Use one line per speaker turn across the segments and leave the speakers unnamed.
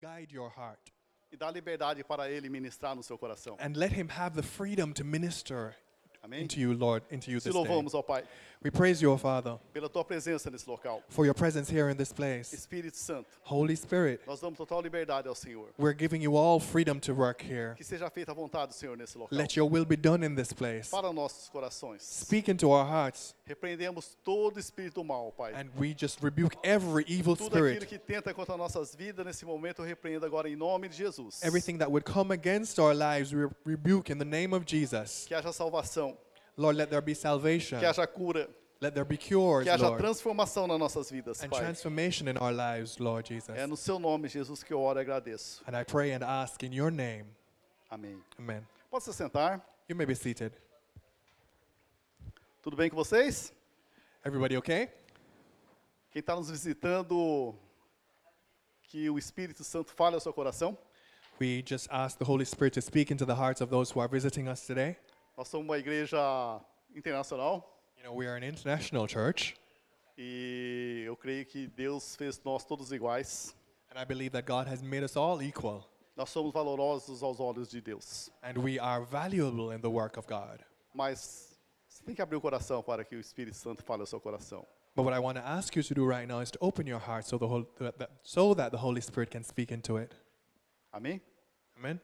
guide your heart
e dá liberdade para Ele ministrar no seu coração.
and let him have the freedom to minister
Amém?
into you, Lord, into you
Te
this day.
louvamos, ó Pai,
We praise you, O Father,
pela Tua presença nesse local.
for your presence here in this place.
Espírito Santo,
Holy Spirit,
nós damos total liberdade ao Senhor.
we're giving you all freedom to work here.
Que seja feita a vontade do Senhor nesse local.
Let your will be done in this place.
Para nossos corações.
Speak into our hearts,
Repreendemos todo espírito mal, Pai.
and we just rebuke every evil
Tudo aquilo
spirit,
que tenta contra nossas vidas nesse momento, eu repreendo agora em nome de Jesus.
everything that would come against our lives, we rebuke in the name of Jesus.
Que haja salvação,
Lord, let there be salvation.
que haja cura,
Let there be cures,
que haja
Lord,
transformação nas nossas vidas,
and
Pai.
transformation in our lives, Lord Jesus.
É no seu nome, Jesus, que eu oro e agradeço.
And I pray and ask in your name.
Amém.
Amen.
Pode se sentar.
You may be seated.
Tudo bem com vocês?
Everybody okay?
Quem está nos visitando, que o Espírito Santo fale ao seu coração.
We just ask the Holy Spirit to speak into the hearts of those who are visiting us today.
Nós somos uma igreja internacional
You know, we are an international church,
e eu creio que Deus fez nós todos iguais.
and I believe that God has made us all equal,
Nós somos valorosos aos olhos de Deus.
and we are valuable in the work of God.
Mas você tem que abrir o coração para que o Espírito Santo fale ao seu coração.
But what I want to ask you to do right now is to open your heart so, the whole, that, that- so that the Holy Spirit can speak into it.
Amém?
Amen.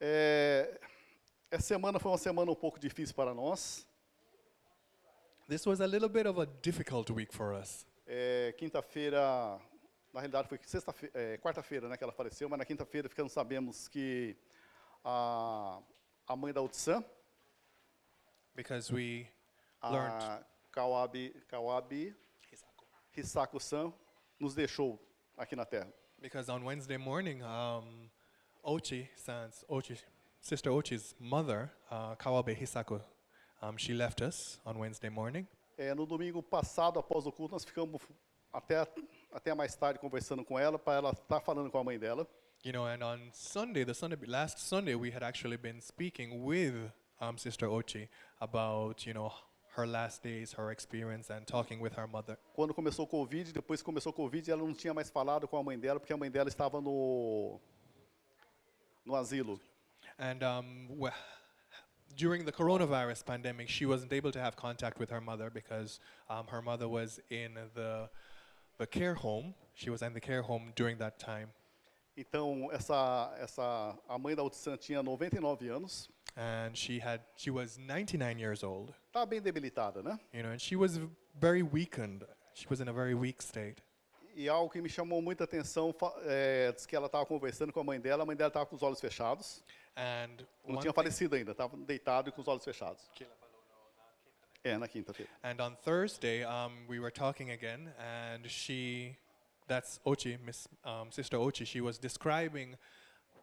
É, essa semana foi uma semana um pouco difícil para nós.
This was a little bit of a difficult week for us.
É, quinta-feira, na realidade foi sexta-fe- é, quarta-feira né, que ela faleceu, mas na quinta-feira ficamos sabemos que a, a mãe da Utsan,
because we learned
a Kawabi, Kawabi Hisako-san, nos deixou aqui na Terra.
because on Wednesday morning, um, Ochi sans Ochi, sister Ochi's mother, uh, Kawabe Hisako, um, she left us on Wednesday morning,
É, no domingo passado, após o culto, nós ficamos até, até mais tarde conversando com ela, para ela estar falando com a mãe dela.
you know. And on Sunday, the Sunday be- last Sunday, we had actually been speaking with um, sister Ochi about you know her last days, her experience, and talking with her mother.
Quando começou o Covid, depois que começou o Covid, ela não tinha mais falado com a mãe dela, porque a mãe dela estava no, no asilo.
And um, wh- during the coronavirus pandemic, she wasn't able to have contact with her mother because um, her mother was in the the care home. She was in the care home during that time,
Então, essa, essa, a mãe da Utsan tinha 99 anos,
and she had she was 99 years old.
está Tá bem debilitada, né?
You know, and she was v- very weakened. She was in a very weak state.
E algo que me chamou muita atenção, fa- é, diz que ela estava conversando com a mãe dela, a mãe dela estava com os olhos fechados,
And
não
one
tinha
thing-
falecido ainda, estava deitado e com os olhos fechados. É, na quinta-feira.
and on Thursday, um, we were talking again, and she, that's Ochi, Miss um, Sister Ochi, she was describing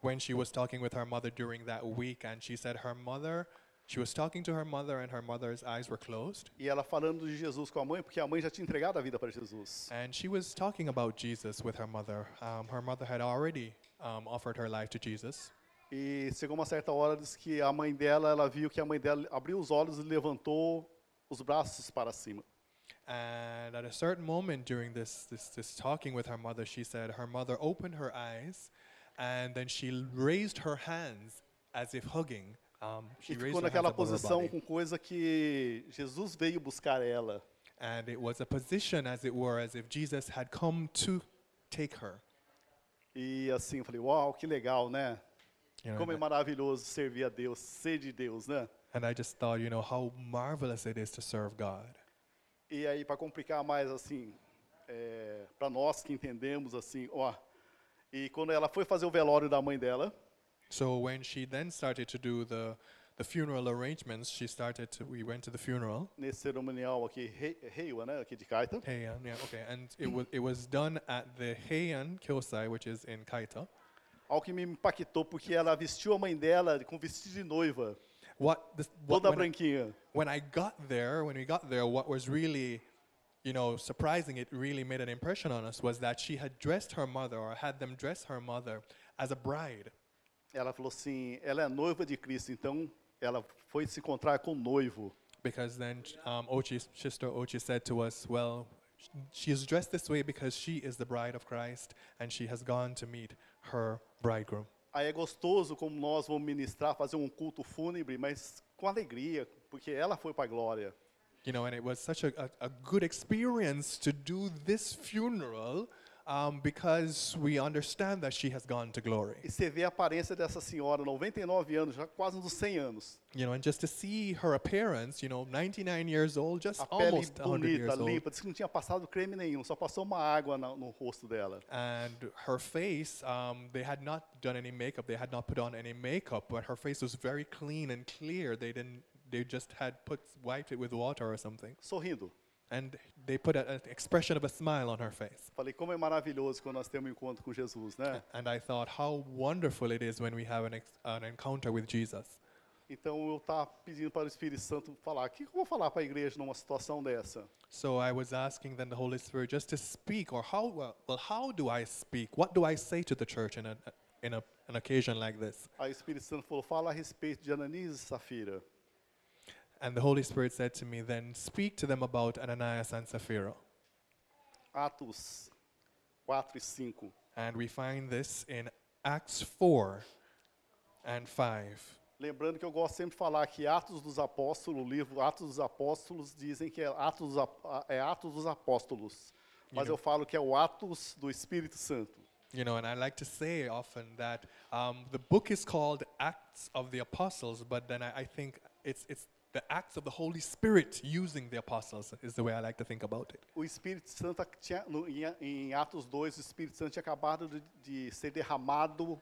when she was talking with her mother during that week, and she said her mother, she was talking to her mother, and her mother's eyes were closed,
E ela falando de Jesus com a mãe, porque a mãe já tinha entregado a vida para Jesus.
and she was talking about Jesus with her mother. Um, her mother had already um, offered her life to Jesus,
E chegou uma certa hora, diz que a mãe dela, ela viu que a mãe dela abriu os olhos e levantou os braços para cima.
and at a certain moment during this, this, this talking with her mother, she said her mother opened her eyes and then she l- raised her hands as if hugging. Um, she
E
raised
ficou
her hands
naquela
above her
posição
body.
com coisa que Jesus veio buscar ela.
And it was a position, as it were, as if Jesus had come to take her.
E assim, eu falei, uau, que legal, né?
You know,
Como é
and, I-
maravilhoso servir a Deus, ser de Deus, né?
and I just thought, you know, how marvelous it is to serve God.
E aí, para complicar mais, assim, é, para nós que entendemos, assim, ó. E quando ela foi fazer o velório da mãe dela,
So when she then started to do the, the funeral arrangements, she started to, we went to the funeral.
nesse cerimonial aqui, Rei- Reiwa, né, aqui de Kaita,
Heian, yeah, okay. And it was it was done at the Heian Kyosai, which is in Kaita.
algo que me impactou, porque ela vestiu a mãe dela com vestido de noiva,
What, this, what
toda
when, I,
branquinha.
when I got there, when we got there, what was really, you know, surprising, it really made an impression on us was that she had dressed her mother or had them dress her mother as a bride.
Ela falou assim, ela é noiva de Cristo, então ela foi se encontrar com o noivo.
Because then um, Ochi, sister Ochi said to us, well, Sh- She is dressed this way because she is the bride of Christ and she has gone to meet her bridegroom.
Aí é gostoso como nós vamos ministrar, fazer um culto fúnebre, mas com alegria, porque ela foi para a glória.
You know, and it was such a, a, a good experience to do this funeral um, because we understand that she has gone to glory.
E você vê a aparência dessa senhora, 99 anos, já quase nos 100 anos.
You know, and just to see her appearance, you know, 99 years old, just
A pele
almost 100
bonita,
years old.
limpa, disse que não tinha passado creme nenhum, só passou uma água na- no rosto dela.
and her face um, they had not done any makeup they had not put on any makeup but her face was very clean and clear they didn't they just had put wiped it with water or something
Sorrindo.
and they put a, an expression of a smile on her face
Falei, como é maravilhoso quando nós temos um encontro com Jesus, né?
and i thought how wonderful it is when we have an, ex- an encounter with jesus
Então eu estava pedindo para o Espírito Santo falar, o que eu vou falar para a igreja numa situação dessa?
so i was asking then the holy spirit just to speak or how well, well how do i speak what do i say to the church in, a, in a, an occasion like this
Aí o Espírito Santo falou, fala a respeito de Ananias e Safira.
and the holy spirit said to me then speak to them about ananias and sapphira
Atos 4 e 5.
And we find this in Acts 4 and 5.
Lembrando que eu gosto sempre de falar que Atos dos Apóstolos, o livro Atos dos Apóstolos, dizem que é Atos dos, Ap- a- é Atos dos Apóstolos. Mas eu falo que é o Atos do Espírito Santo.
You know, and I like to say often that um, the book is called Acts of the Apostles, but then I, I think it's, it's the acts of the Holy Spirit using the apostles, is the way I like to think about it.
O Espírito Santo ac- tinha, no, em, A- em Atos 2, o Espírito Santo tinha acabado de, de ser derramado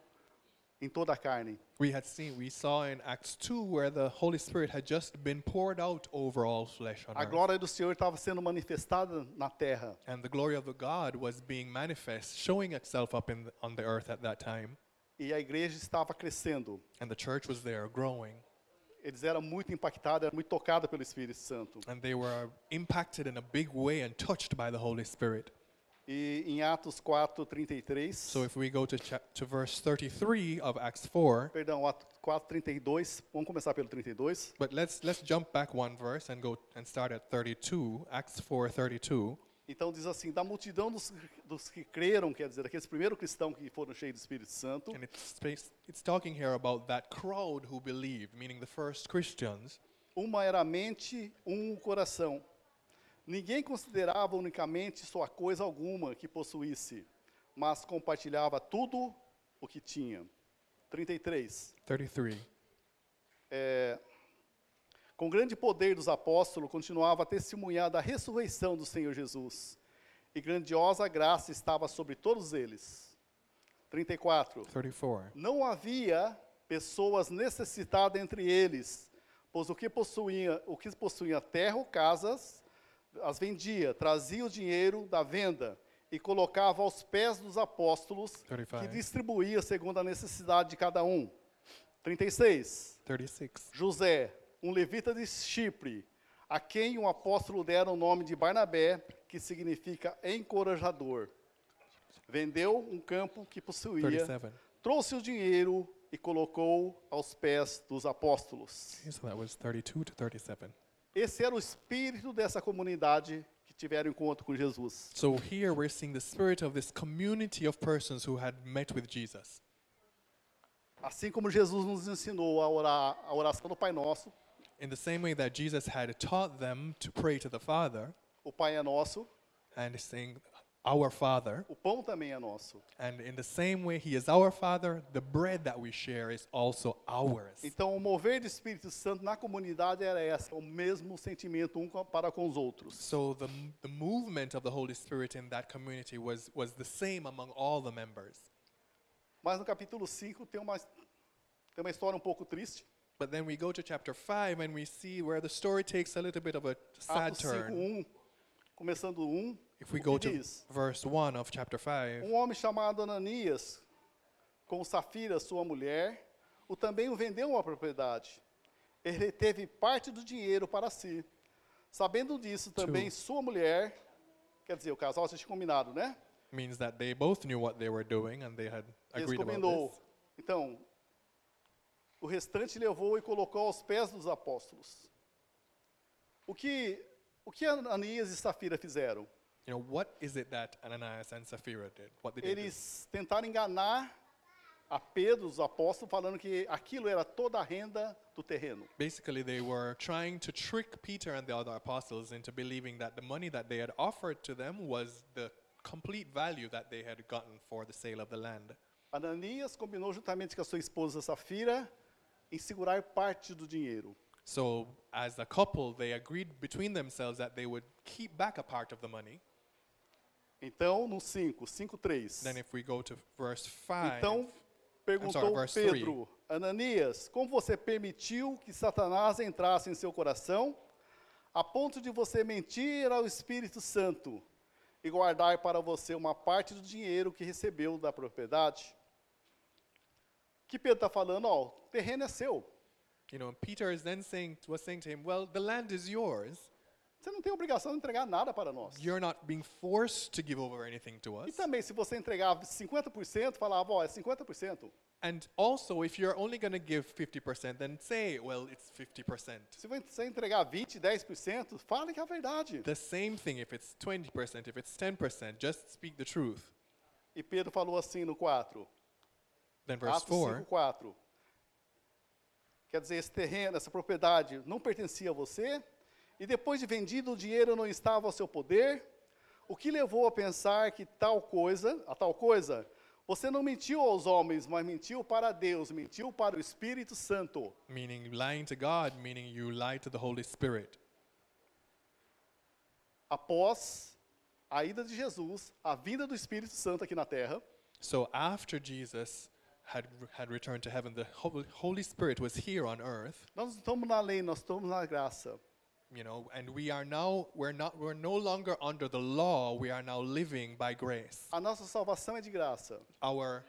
em toda a carne.
We had seen, we saw in Acts 2 where the Holy Spirit had just been poured out over all flesh on
A
earth.
glória do Senhor estava sendo manifestada na terra.
And the glory of the God was being manifest, showing itself up in the, on the earth at that time.
E a igreja estava crescendo.
And the church was there growing.
Eles eram muito impactados, eram muito tocados pelo Espírito Santo.
and they were impacted in a big way and touched by the Holy Spirit.
E em Atos 4, 33.
So if we go to chap- to verse 33 of Acts 4,
Perdão, Atos 4, 32. Vamos começar pelo 32.
but let's let's jump back one verse and go and start at 32, Acts 4:32.
Então diz assim: da multidão dos, dos que creram, quer dizer, aqueles primeiros cristãos que foram cheios do Espírito Santo,
And it's space, it's talking here about that crowd who believed, meaning the first Christians,
uma era a mente, um o coração. Ninguém considerava unicamente sua coisa alguma que possuísse, mas compartilhava tudo o que tinha. 33.
33.
É, com grande poder dos apóstolos, continuava a testemunhar da ressurreição do Senhor Jesus, e grandiosa graça estava sobre todos eles. 34.
34.
Não havia pessoas necessitadas entre eles, pois o que possuía, o que possuía terra ou casas, as vendia, trazia o dinheiro da venda e colocava aos pés dos apóstolos,
35.
que distribuía segundo a necessidade de cada um. 36.
36.
José, um levita de Chipre, a quem um apóstolo dera o nome de Barnabé, que significa encorajador. Vendeu um campo que possuía,
37.
trouxe o dinheiro e colocou aos pés dos apóstolos.
Okay, so that was 32 to 37.
Esse era o espírito dessa comunidade que tiveram encontro com Jesus.
So here we're seeing the spirit of this community of persons who had met with Jesus.
Assim como Jesus nos ensinou a orar a oração do Pai Nosso,
In the same way that Jesus had taught them to pray to the Father
o Pai é nosso,
and saying, Our Father,
o pão também é nosso.
and in the same way He is our Father, the bread that we share is also ours.
Então, o mover do Espírito Santo na comunidade era essa, o mesmo sentimento um com- para com os outros.
So the, m- the movement of the Holy Spirit in that community was, was the same among all the members.
Mas no capítulo 5 tem uma, tem uma história um pouco triste.
But then we go to chapter 5 and we see where the story takes a little bit of a sad
Atos
turn.
5.1, começando 1,
If we
o
go
que
to
diz?
verse 1 of chapter 5,
Um homem chamado Ananias, com Safira, sua mulher, o também o vendeu uma propriedade. Ele reteve parte do dinheiro para si. Sabendo disso, também sua mulher, quer dizer, o casal já tinha combinado, né?
means that they both knew what they were doing and they had
Eles
agreed about
combinou.
this.
Então, o restante levou e colocou aos pés dos apóstolos. O que, o que Ananias e Safira fizeram?
you know, what is it that Ananias and Sapphira did? What did they do?
Eles tentaram enganar a Pedro, os apóstolos, falando que aquilo era toda a renda do terreno.
Basically, they were trying to trick Peter and the other apostles into believing that the money that they had offered to them was the complete value that they had gotten for the sale of the land.
Ananias combinou juntamente com a sua esposa Safira em segurar parte do dinheiro.
So, as a couple, they agreed between themselves that they would keep back a part of the money.
Então, no 5, 5, 3.
Then, if we go to verse 5,
Então perguntou
é. verse
Pedro, Ananias, como você permitiu que Satanás entrasse em seu coração, a ponto de você mentir ao Espírito Santo e guardar para você uma parte do dinheiro que recebeu da propriedade? Que Pedro está falando, ó, o terreno é seu,
you know, Peter is then saying, was saying to him, Well, the land is yours.
você não tem obrigação de entregar nada para nós.
You're not being forced to give over anything to us.
E também, se você entregar 50%, falava, ó, é 50%.
And also, if you're only going to give 50%, then say, Well, it's 50%.
Se você entregar 20%, 10%, fale que é a verdade.
The same thing if it's 20%, if it's 10%, just speak the truth.
E Pedro falou assim no 4.
Then verse
Atos
4.
5, 4. Quer dizer, esse terreno, essa propriedade não pertencia a você, e depois de vendido, o dinheiro não estava ao seu poder, o que levou a pensar que tal coisa, a tal coisa, você não mentiu aos homens, mas mentiu para Deus, mentiu para o Espírito Santo.
Meaning lying to God, meaning you lie to the Holy Spirit.
Após a ida de Jesus, a vinda do Espírito Santo aqui na terra,
So after Jesus had, had returned to heaven, the Hol- Holy Spirit was here on earth,
nós não estamos na lei, nós estamos na graça.
you know, and we are now, we're not, we're no longer under the law, we are now living by grace.
A nossa salvação é de graça.
Our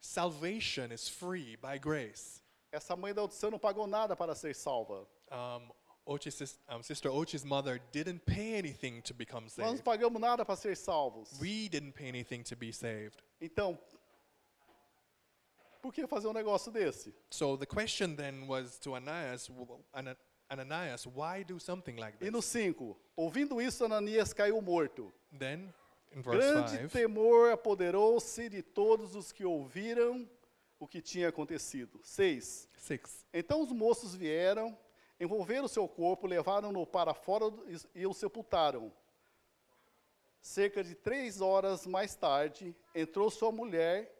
salvation is free by grace.
Essa mãe da audição não pagou nada para ser salva.
Um, Ochi's, sis- um, Sister Ochi's mother didn't pay anything to become
Nós não
saved.
pagamos nada para ser salvos.
We didn't pay anything to be saved.
Então, por que fazer um negócio desse?
So the question then was to Ananias, w- Ana- Ananias, why do something like
E
this?
no 5, ouvindo isso, Ananias caiu morto.
Then, in verse
Grande
5,
temor apoderou-se de todos os que ouviram o que tinha acontecido. 6.
6.
Então os moços vieram, envolveram o seu corpo, levaram-no para fora do- e- e o sepultaram. Cerca de três horas mais tarde, entrou sua mulher,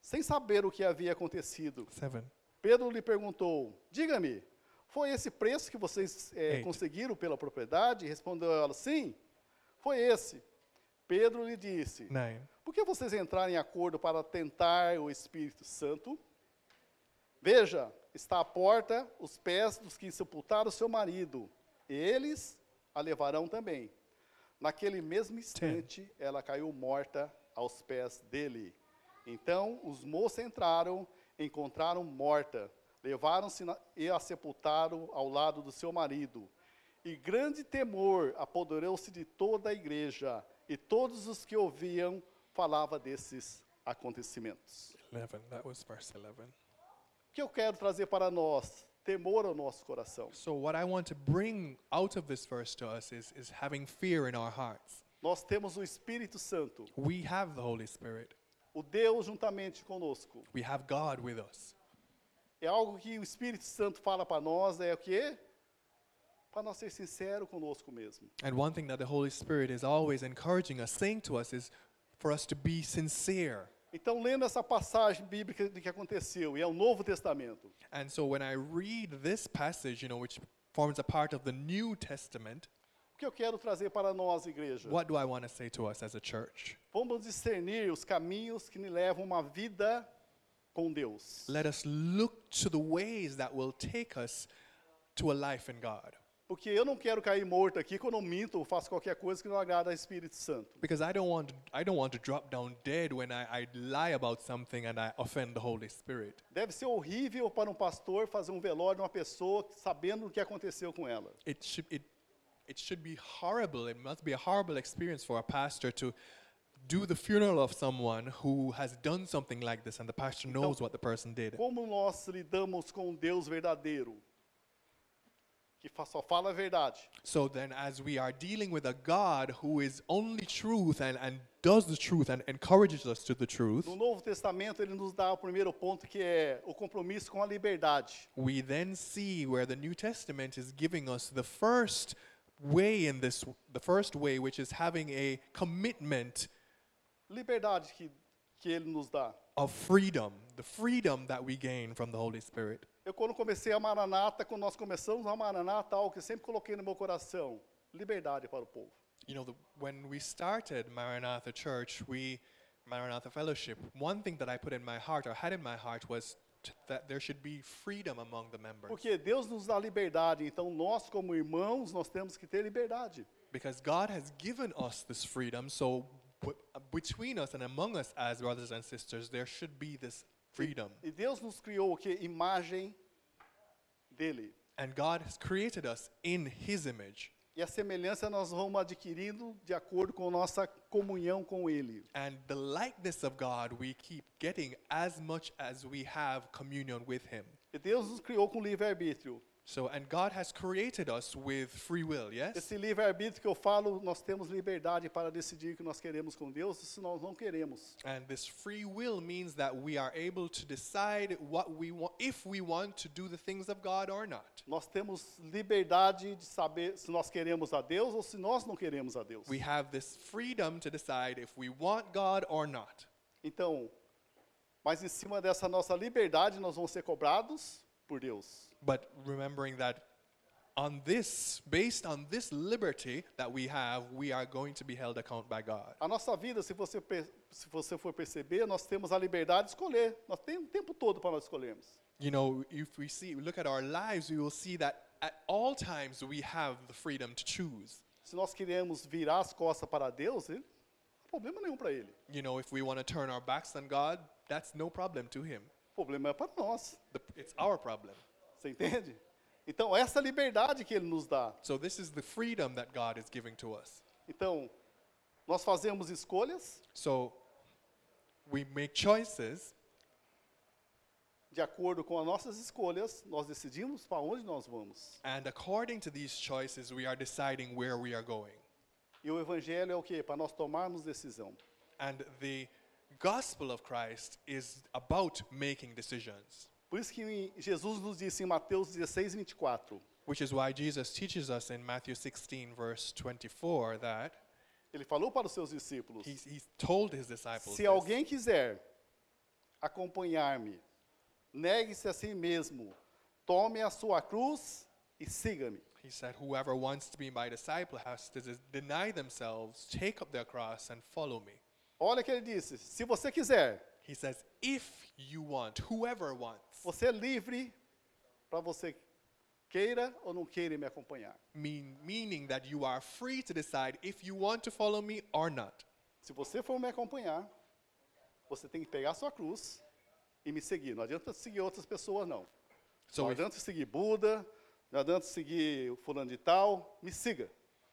sem saber o que havia acontecido.
7.
Pedro lhe perguntou: Diga-me, foi esse preço que vocês eh,
Eita.
conseguiram pela propriedade? Respondeu ela: Sim, foi esse. Pedro lhe disse:
9.
Por que vocês entraram em acordo para tentar o Espírito Santo? Veja, está à porta os pés dos que sepultaram seu marido. Eles a levarão também. Naquele mesmo instante, ela caiu morta aos pés dele. Então os moços entraram, encontraram morta, levaram-se na- e a sepultaram ao lado do seu marido. E grande temor apoderou-se de toda a igreja, e todos os que ouviam falava desses acontecimentos.
11. That was verse 11.
O que eu quero trazer para nós? Temor ao nosso coração.
So, what I want to bring out of this verse to us is, is having fear in our hearts.
Nós temos o Espírito Santo,
We have the Holy Spirit,
o Deus juntamente conosco.
we have God with us.
É algo que o Espírito Santo fala para nós, é o quê? Para nós ser sincero conosco mesmo.
And one thing that the Holy Spirit is always encouraging us, saying to us, is for us to be sincere.
Então, lendo essa passagem bíblica de que aconteceu, e é o Novo Testamento,
And so, when I read this passage, you know, which forms a part of the New Testament,
o que eu quero trazer para nós, igreja?
what do I want to say to us as a church?
Vamos discernir os caminhos que nos levam a uma vida com Deus.
Let us look to the ways that will take us to a life in God.
Porque eu não quero cair morto aqui quando eu minto ou faço qualquer coisa que não agrada ao Espírito Santo.
Because I don't want I don't want to drop down dead when I, I lie about something and I offend the Holy Spirit.
Deve ser horrível para um pastor fazer um velório de uma pessoa sabendo o que aconteceu com ela.
It should it it should be horrible. It must be a horrible experience for a pastor to do the funeral of someone who has done something like this and the pastor knows what the person did.
Como nós lidamos com um Deus verdadeiro? que fa- só fala a verdade,
So then, as we are dealing with a God who is only truth and, and does the truth and encourages us to the truth,
no Novo Testamento ele nos dá o primeiro ponto que é o compromisso com a liberdade.
we then see where the New Testament is giving us the first way in this, the first way, which is having a commitment
Liberdade que, que ele nos dá.
of freedom, the freedom that we gain from the Holy Spirit.
Eu quando comecei a Maranata, quando nós começamos a Maranata, algo que eu sempre coloquei no meu coração, liberdade para o povo.
You know, the, when we started Maranatha Church, we, Maranatha Fellowship, one thing that I put in my heart or had in my heart was t- that there should be freedom among the members.
Porque Deus nos dá liberdade, então nós como irmãos, nós temos que ter liberdade.
Because God has given us this freedom, so w- between us and among us as brothers and sisters, there should be this freedom.
E Deus nos criou o que? Imagem dele.
And God has created us in His image.
E a semelhança nós vamos adquirindo de acordo com a nossa comunhão com ele.
And the likeness of God we keep getting as much as we have communion with Him.
E Deus nos criou com livre-arbítrio.
So, and God has created us with free will, yes?
Esse livre-arbítrio que eu falo, nós temos liberdade para decidir o que nós queremos com Deus e se nós não queremos.
And this free will means that we are able to decide what we want, if we want to do the things of God or not.
Nós temos liberdade de saber se nós queremos a Deus ou se nós não queremos a Deus.
We have this freedom to decide if we want God or not.
Então, mas em cima dessa nossa liberdade, nós vamos ser cobrados por Deus.
But remembering that on this, based on this liberty that we have, we are going to be held account by God.
A nossa vida, se você, per- se você for perceber, nós temos a liberdade de escolher. Nós temos o tempo todo para nós escolhermos.
You know, if we see, look at our lives, we will see that at all times we have the freedom to choose.
Se nós queremos virar as costas para Deus, ele, não há problema nenhum para ele.
You know, if we want to turn our backs on God, that's no problem to Him.
O problema é para nós.
The, it's our problem.
Você entende? Então, essa liberdade que ele nos dá.
So, this is the freedom that God is giving to us.
Então, nós fazemos escolhas
So, we make choices
de acordo com as nossas escolhas, nós decidimos para onde nós vamos.
And according to these choices, we are deciding where we are going.
E o evangelho é o quê? Para nós tomarmos decisão.
And the gospel of Christ is about making decisions,
Por isso que em- Jesus nos disse em Mateus 16, 24,
which is why Jesus teaches us in Matthew 16, verse 24, that
ele falou para os seus discípulos,
he, he told his disciples,
se
this,
alguém quiser acompanhar-me, negue-se a si mesmo, tome a sua cruz e siga-me.
He said, Whoever wants to be my disciple has to des- deny themselves, take up their cross, and follow me.
Olha o que ele disse, se você quiser,
He says, If you want, whoever wants
você é livre para você queira ou não queira me acompanhar.
mean, meaning that you are free to decide if you want to follow me or not.
Se você for me acompanhar, você tem que pegar a sua cruz e me seguir. Não adianta seguir outras pessoas, não.
So
não
if
adianta seguir Buda, não adianta seguir o fulano de tal. Me siga.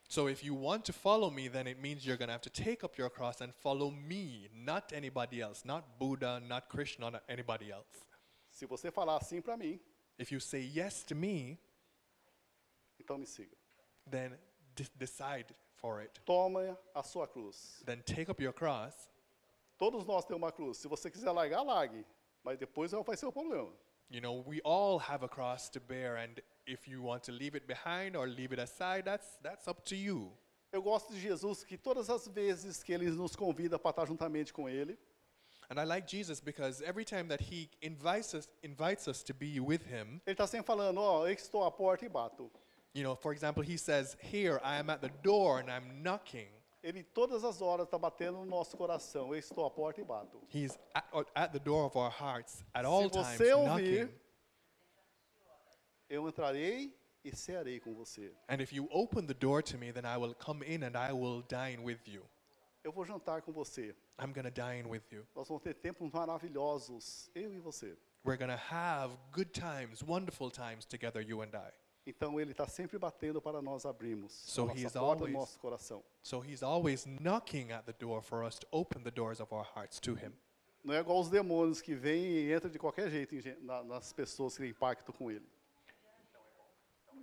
So if you want to follow me, then it means you're going to have to take up your cross and follow me, not anybody else, not Buddha, not Krishna, not anybody else.
Se você falar assim para mim,
If you say yes to me,
então me siga.
then de- decide for it.
Toma a sua cruz.
Then take up your cross.
Todos nós temos uma cruz. Se você quiser largar, largue. Mas depois vai ser o problema.
You know, we all have a cross to bear, and if you want to leave it behind or leave it aside, that's that's up to you.
Eu gosto de Jesus que todas as vezes que ele nos convida para estar juntamente com ele,
And I like Jesus because every time that he invites us invites us to be with him,
ele está sempre falando: Ó, eu estou à porta e bato.
you know, for example, he says, "Here I am at the door and I'm knocking."
Ele todas as horas está batendo no nosso coração. Eu estou à porta e bato.
He's at, or- at the door of our hearts at all times
você ouvir-
knocking.
Eu entrarei e cearei com você.
And if you open the door to me, then I will come in and I will dine with you.
Eu vou jantar com você.
I'm going to dine with you.
Nós vamos ter tempos maravilhosos, eu e você.
We're going to have good times, wonderful times together, you and I.
Então ele está sempre batendo para nós abrirmos
So
a
he
nossa
is
porta do
always-
nosso coração.
So he's always knocking at the door for us to open the doors of our hearts to him.
Não é igual os demônios que vêm e entram de qualquer jeito em gen- na- nas pessoas que têm impacto com ele.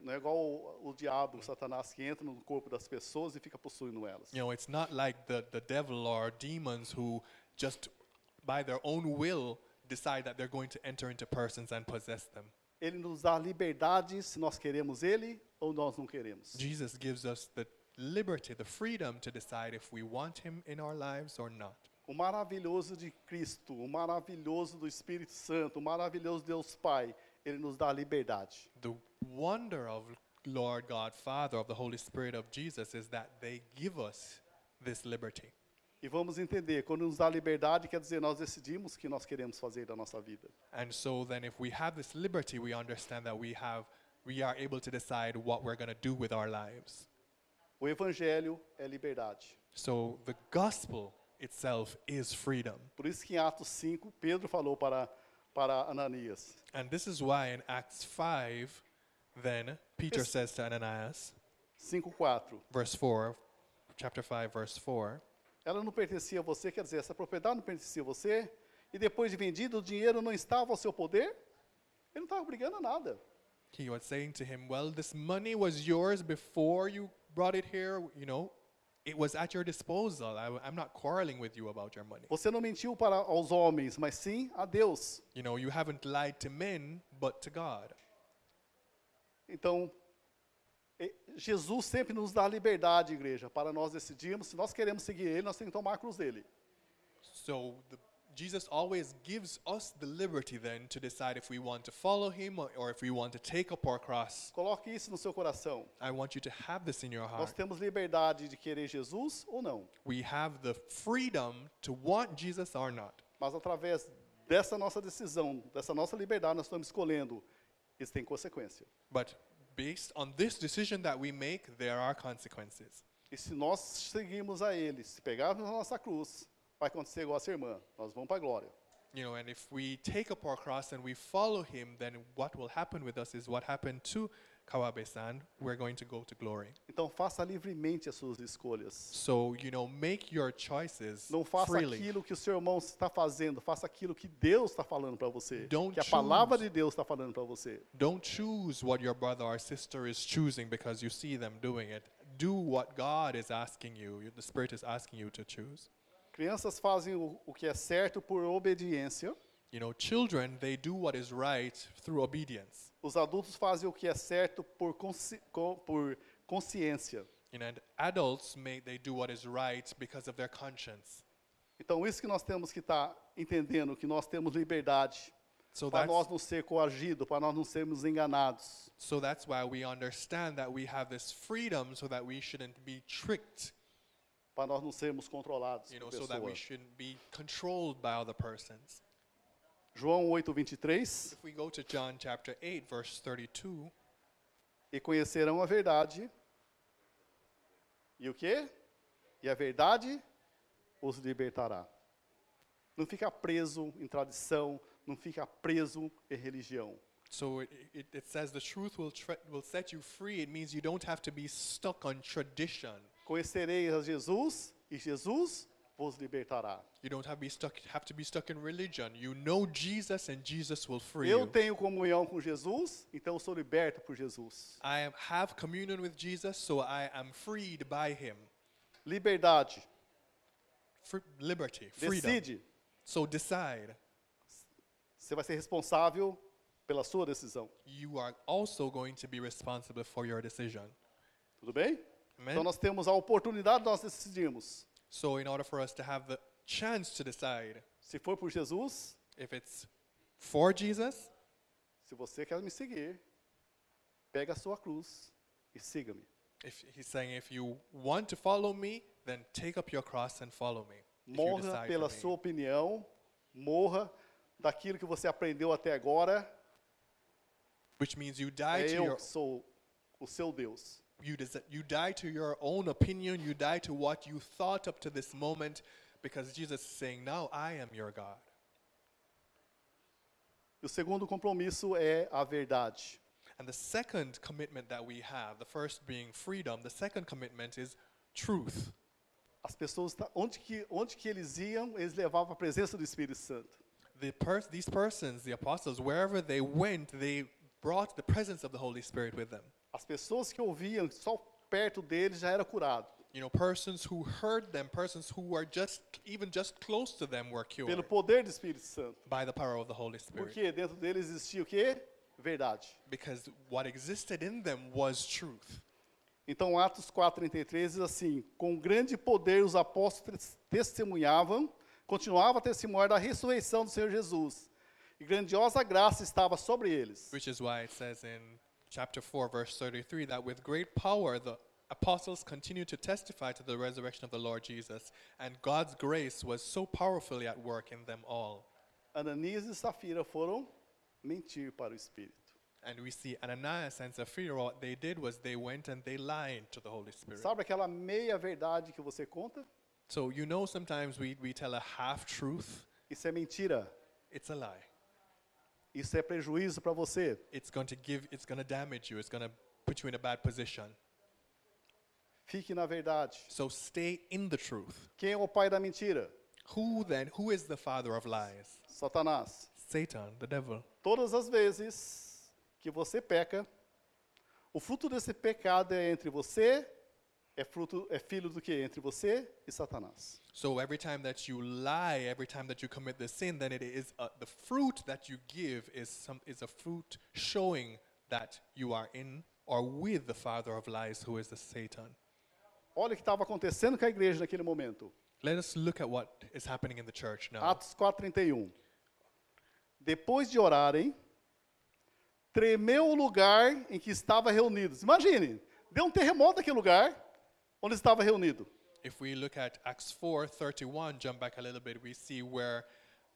Não é igual o, o diabo, o Satanás, que entra no corpo das pessoas e fica possuindo elas.
You know, it's not like the, the devil or demons who just by their own will decide that they're going to enter into persons and possess them.
Ele nos dá liberdade se nós queremos ele ou nós não queremos.
Jesus gives us the liberty, the freedom to decide if we want him in our lives or not.
O maravilhoso de Cristo, o maravilhoso do Espírito Santo, o maravilhoso Deus Pai, ele nos dá liberdade.
The wonder of Lord God, Father, of the Holy Spirit of Jesus is that they give us this liberty.
E vamos entender, quando nos dá liberdade, quer dizer, nós decidimos o que nós queremos fazer da nossa vida.
And so then if we have this liberty, we understand that we have we are able to decide what we're going to do with our lives.
O evangelho é liberdade.
So the gospel itself is freedom.
Por isso que em Atos 5, Pedro falou para para Ananias,
And this is why in Acts 5 then Peter
Yes.
says to Ananias,
5:4.
verse 4, chapter 5 verse 4,
Ela não pertencia a você, quer dizer, essa propriedade não pertencia a você, e depois de vendido, o dinheiro não estava ao seu poder? Ele não estava brigando a nada.
he was saying to him, Well, this money was yours before you brought it here. You know, it was at your disposal. I, am not quarreling with you about your money.
Você não mentiu para aos homens, mas sim a Deus.
You know, you haven't lied to men, but to God.
Então, e- Jesus sempre nos dá liberdade, igreja, para nós decidirmos se nós queremos seguir Ele, nós temos que tomar a cruz dele.
So the, Jesus always gives us the liberty then to decide if we want to follow him or, or if we want to take up our cross.
Coloque isso no seu coração.
I want you to have this in your
Nós
heart.
temos liberdade de querer Jesus ou não,
We have the freedom to want Jesus or not.
mas através dessa nossa decisão, dessa nossa liberdade, nós estamos escolhendo. Isso tem consequência.
But based on this decision that we make, there are consequences.
E se nós seguirmos a Ele, se pegarmos a nossa cruz, vai acontecer igual a sua irmã. Nós vamos para a glória.
You know, and if we take up our cross and we follow him, then what will happen with us is what happened to Kawabe san. We're going to go to glory.
Então faça livremente as suas escolhas.
So, you know, make your choices
Não faça
freely.
aquilo que o seu irmão está fazendo, faça aquilo que Deus está falando para você,
Don't
que a
choose.
palavra de Deus está falando para você.
Don't choose what your brother or sister is choosing because you see them doing it. Do what God is asking you, you- the Spirit is asking you to choose.
Crianças fazem o, o que é certo por obediência,
You know, children, they do what is right through obedience.
os adultos fazem o que é certo por, consci, co- por consciência.
You know, and adults, may, they do what is right because of their conscience.
Então isso que nós temos que estar entendendo, que nós temos liberdade
So
para
that's,
nós não ser coagido, para nós não sermos enganados.
so that's why we understand that we have this freedom so that we shouldn't be tricked,
para nós não sermos controlados
you know,
por
so that we
pessoas.
shouldn't be controlled by other persons.
João 8, 23.
If we go to John chapter 8, verse 32,
E conhecerão a verdade. E o quê? E a verdade os libertará. Não fica preso em tradição, não fica preso em religião.
So it, it, it says the truth will, tre- will set you free. It means you don't have to be stuck on tradition.
Conhecereis a Jesus e Jesus vos libertará.
You don't have, be stuck, have to be stuck in religion. You know Jesus and Jesus will free
Eu
you.
tenho comunhão com Jesus, então eu sou liberto por Jesus.
I am- have communion with Jesus, so I am freed by him.
Liberdade.
Fr- liberty, freedom.
Decide.
So decide.
Você vai ser responsável pela sua decisão.
You are also going to be responsible for your decision.
Tudo bem?
Amen?
Então nós temos a oportunidade de nós decidirmos
so, in order for us to have the chance to decide
se for por Jesus,
if it's for Jesus
se você quer me seguir, pega a sua cruz e siga-me.
If he's saying, if you want to follow me, then take up your cross and follow me. If you
Morra
decide
pela
for me.
sua opinião, morra daquilo que você aprendeu até agora.
Which means you die
É
to
eu
your
que sou o seu Deus.
you, desi- you die to your own opinion. You die to what you thought up to this moment, because Jesus is saying, now I am your God.
E o segundo compromisso é a verdade.
And the second commitment that we have, the first being freedom, the second commitment is truth.
As pessoas, ta- onde que, onde que eles iam, eles levavam a presença do Espírito Santo.
The pers- these persons, the apostles, wherever they went, they brought the presence of the Holy Spirit with them.
As pessoas que ouviam só perto dele já era curado.
You know, persons who heard them, persons who were just even just close to them were cured
Pelo poder do Espírito Santo.
by the power of the Holy Spirit.
Porque dentro dele existia o quê? Verdade.
Because what existed in them was truth.
Então, Atos 4,33 diz assim: Com grande poder os apóstolos testemunhavam, continuava a testemunhar da ressurreição do Senhor Jesus, e grandiosa graça estava sobre eles.
Which is why it says in chapter 4, verse 33, that with great power the apostles continued to testify to the resurrection of the Lord Jesus, and God's grace was so powerfully at work in them all.
Ananias e Safira foram mentir para o Espírito.
And we see Ananias and Sapphira, what they did was they went and they lied to the Holy Spirit.
Sabe aquela meia-verdade que você conta?
So, you know, sometimes we, we tell a half truth,
Isso é mentira.
it's a lie.
Isso é prejuízo para você.
It's going to give, it's going to damage you, it's going to put you in a bad position.
Fique na verdade.
So, stay in the truth.
Quem é o pai da mentira?
Who then, who is the father of lies?
Satanás.
Satan, the devil.
Todas as vezes que você peca, o fruto desse pecado é entre você, é fruto é filho do que entre você e Satanás.
So every time that you lie, every time that you commit the sin, then it is uh, the fruit that you give is some is a fruit showing that you are in or with the father of lies, who is the Satan.
Olha o que estava acontecendo com a igreja naquele momento.
Let us look at what is happening in the church now.
Atos 4:31. Depois de orarem, tremeu o lugar em que estava reunidos. Imagine, deu um terremoto naquele lugar onde estava reunido.
If we look at Acts 4:31, jump back a little bit, we see where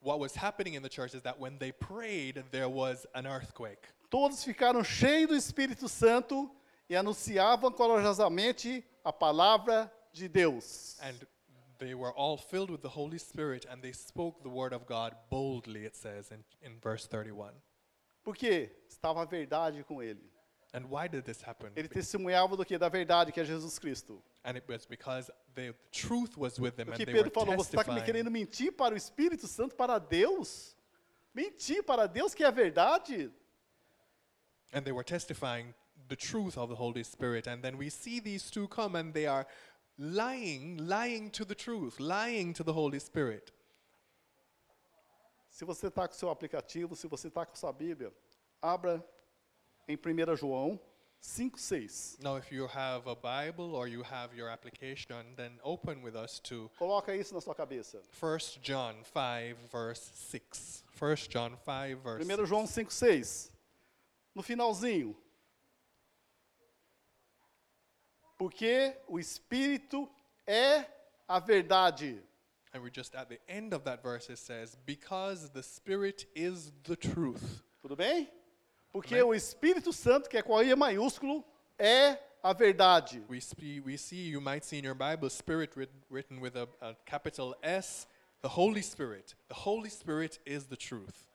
what was happening in the church is that when they prayed, there was an earthquake.
Todos ficaram cheios do Espírito Santo e anunciavam corajosamente a palavra de Deus.
And they were all filled with the Holy Spirit and they spoke the word of God boldly, it says in, in verse 31.
Porque estava a verdade com ele.
And why did this happen?
Ele testemunhava do que? Da verdade, que é Jesus Cristo.
And it was because the truth was with them
O
and
que
they were
Pedro falou, você está me
testifying.
querendo mentir para o Espírito Santo, para Deus? Mentir para Deus que é a verdade?
And they were testifying the truth of the Holy Spirit. And then we see these two come and they are lying, lying to the truth, lying to the Holy Spirit.
Se você está com o seu aplicativo, se você está com a sua Bíblia, abra em 1 João 5, 6.
Now, if you have a Bible or you have your application, then open with us to
Coloca isso na sua cabeça.
1 John 5, verse 6. 1 John 5, verse
1
6.
João 5,6. No finalzinho. Porque o Espírito é a verdade.
And we're just at the end of that verse, it says, Because the Spirit is the truth.
Tudo bem? Porque
Amém.
o Espírito Santo, que é com a I maiúsculo, é a verdade.
We, spe- we see, you might see in your Bible, Spirit writ- written with a, a capital S, the Holy Spirit. The Holy Spirit is the truth.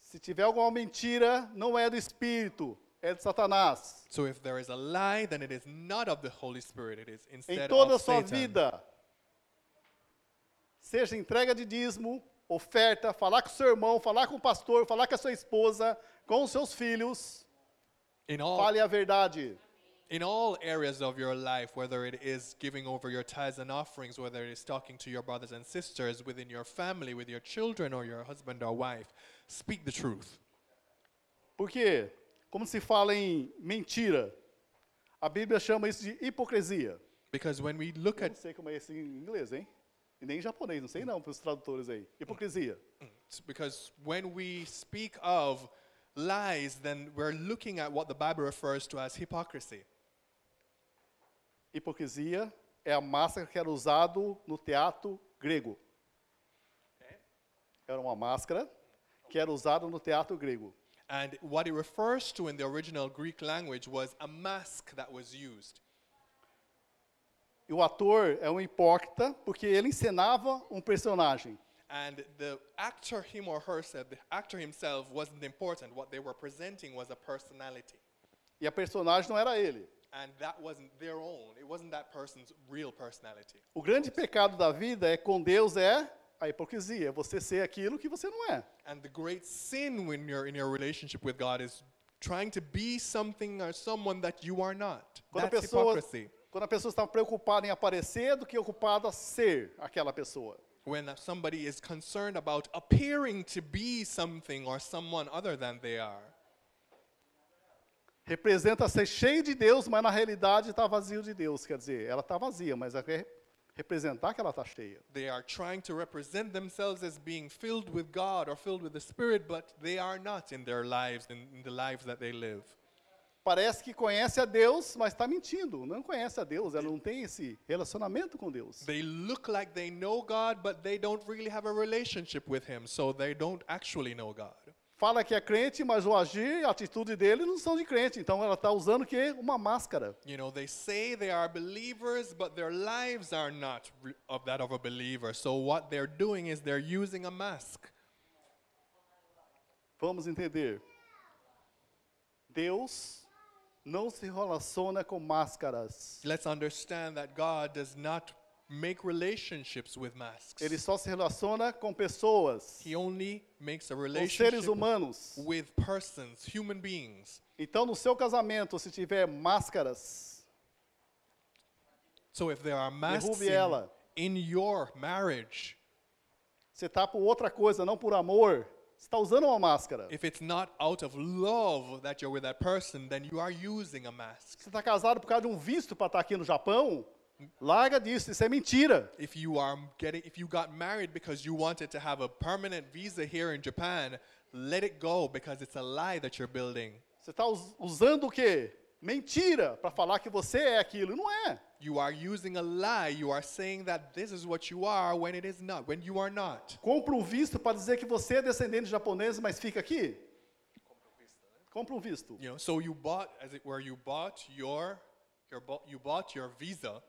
Se tiver alguma mentira, não é do Espírito, é de Satanás.
So if there is a lie, then it is not of the Holy Spirit, it is
Em
instead
toda a
of
sua
Satan.
vida. Seja entrega de dízimo, oferta, falar com o seu irmão, falar com o pastor, falar com a sua esposa, com os seus filhos.
In all,
Fale a verdade.
in all areas of your life, whether it is giving over your tithes and offerings, whether it is talking to your brothers and sisters within your family, with your children or your husband or wife, speak the truth.
Porque, como se fala em mentira, a Bíblia chama isso de hipocrisia.
Because when we look
Eu
at
não sei como é isso em inglês, hein? E nem em japonês, não sei não, para os tradutores aí. Hipocrisia.
It's because when we speak of lies, then we're looking at what the Bible refers to as hypocrisy.
Hipocrisia é a máscara que era usada no teatro grego.
É?
Era uma máscara que era usada no teatro grego.
And what it refers to in the original Greek language was a mask that was used.
E o ator é um hipócrita porque ele encenava um personagem.
And the actor, him or herself, the actor himself wasn't important. What they were presenting was a personality.
E a personagem não era ele.
And that wasn't their own, it wasn't that person's real personality.
O grande pecado da vida é com Deus é a hipocrisia, é você ser aquilo que você não é.
And the great sin when you're in your relationship with God is trying to be something or someone that you are not.
Quando a
That's
pessoa-
hypocrisy.
Quando a pessoa está preocupada em aparecer do que ocupada a ser aquela pessoa.
When somebody is concerned about appearing to be something or someone other than they are.
Representa ser cheio de Deus, mas na realidade está vazio de Deus. Quer dizer, ela está vazia, mas ela quer representar que ela está cheia.
They are trying to represent themselves as being filled with God or filled with the Spirit, but they are not in their lives, in, in the lives that they live.
Parece que conhece a Deus, mas está mentindo. Não conhece a Deus, ela não tem esse relacionamento com Deus.
They look like they know God, but they don't really have a relationship with Him, so they don't actually know God.
Fala que é crente, mas o agir e a atitude dele não são de crente. Então ela está usando o quê? Uma máscara.
You know, they say they are believers, but their lives are not re- of that of a believer. So what they're doing is they're using a mask.
Vamos entender. Deus não se relaciona com máscaras.
Let's understand that God does not make relationships with masks.
Ele só se relaciona com pessoas,
He only makes a
com seres
relationship
humanos.
with persons, human beings.
Então, no seu casamento, se tiver máscaras,
So if there are masks
Derrube
in,
ela.
in your marriage,
você está por outra coisa, não por amor. Você está usando uma máscara.
if it's not out of love that you're with that person, then you are using a mask.
Você está casado por causa de um visto para estar aqui no Japão? Larga disso, isso é mentira.
If you are getting if you got married because you wanted to have a permanent visa here in Japan, let it go because it's a lie that you're building.
Você está us- usando o quê? Mentira para falar que você é aquilo. Não é.
You are using a lie. You are saying that this is what you are when it is not, when you are not.
Compra um visto para dizer que você é descendente de japonês, mas fica aqui? Compra um visto.
You know, so you bought, as it were, you bought your, your bo- you bought your visa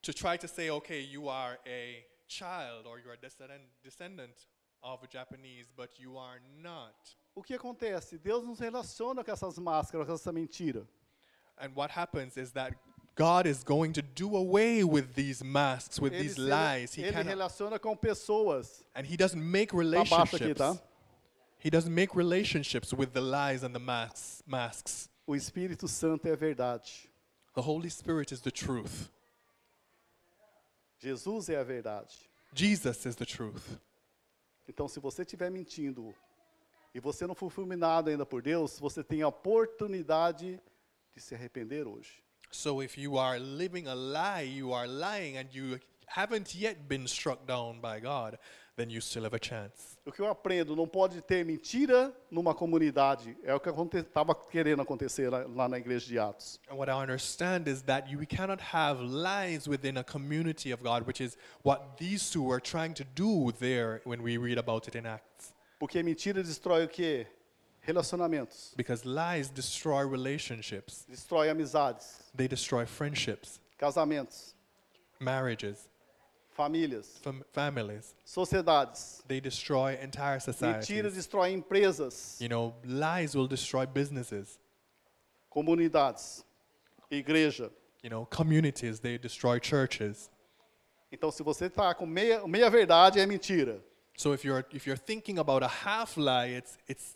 to try to say, okay, you are a child or you are descendant descendant of a Japanese, but you are not.
O que acontece? Deus nos relaciona com essas máscaras, com essa mentira.
And what happens is that God is going to do away with these masks, with
Ele,
these
se,
lies. He
ele
cannot,
relaciona com pessoas.
and He doesn't make
baixo aqui,
relationships.
tá?
He doesn't make relationships with the lies and the masks. Masks.
O Espírito Santo é a verdade.
The Holy Spirit is the truth.
Jesus é a verdade.
Jesus is the truth.
Então, se você estiver mentindo e você não for fulminado ainda por Deus, você tem a oportunidade de se arrepender hoje.
So if you are living a lie, you are lying, and you haven't yet been struck down by God, then you still have a chance.
O que eu aprendo, não pode ter mentira numa comunidade. É o que estava querendo acontecer lá, lá na igreja de Atos.
And what I understand is that you, we cannot have lies within a community of God, which is what these two were trying to do there when we read about it in Acts.
Porque mentira destrói o quê? Relacionamentos.
Because lies destroy relationships,
Destrói amizades,
they destroy friendships,
casamentos,
marriages,
famílias,
fam- families,
sociedades.
they destroy entire
Mentira
societies.
destrói empresas,
You know, lies will destroy businesses.
comunidades, igreja.
You know, communities, they destroy churches.
Então, se você está com meia, meia verdade, é mentira.
So if you're if you're thinking about a half lie, it's it's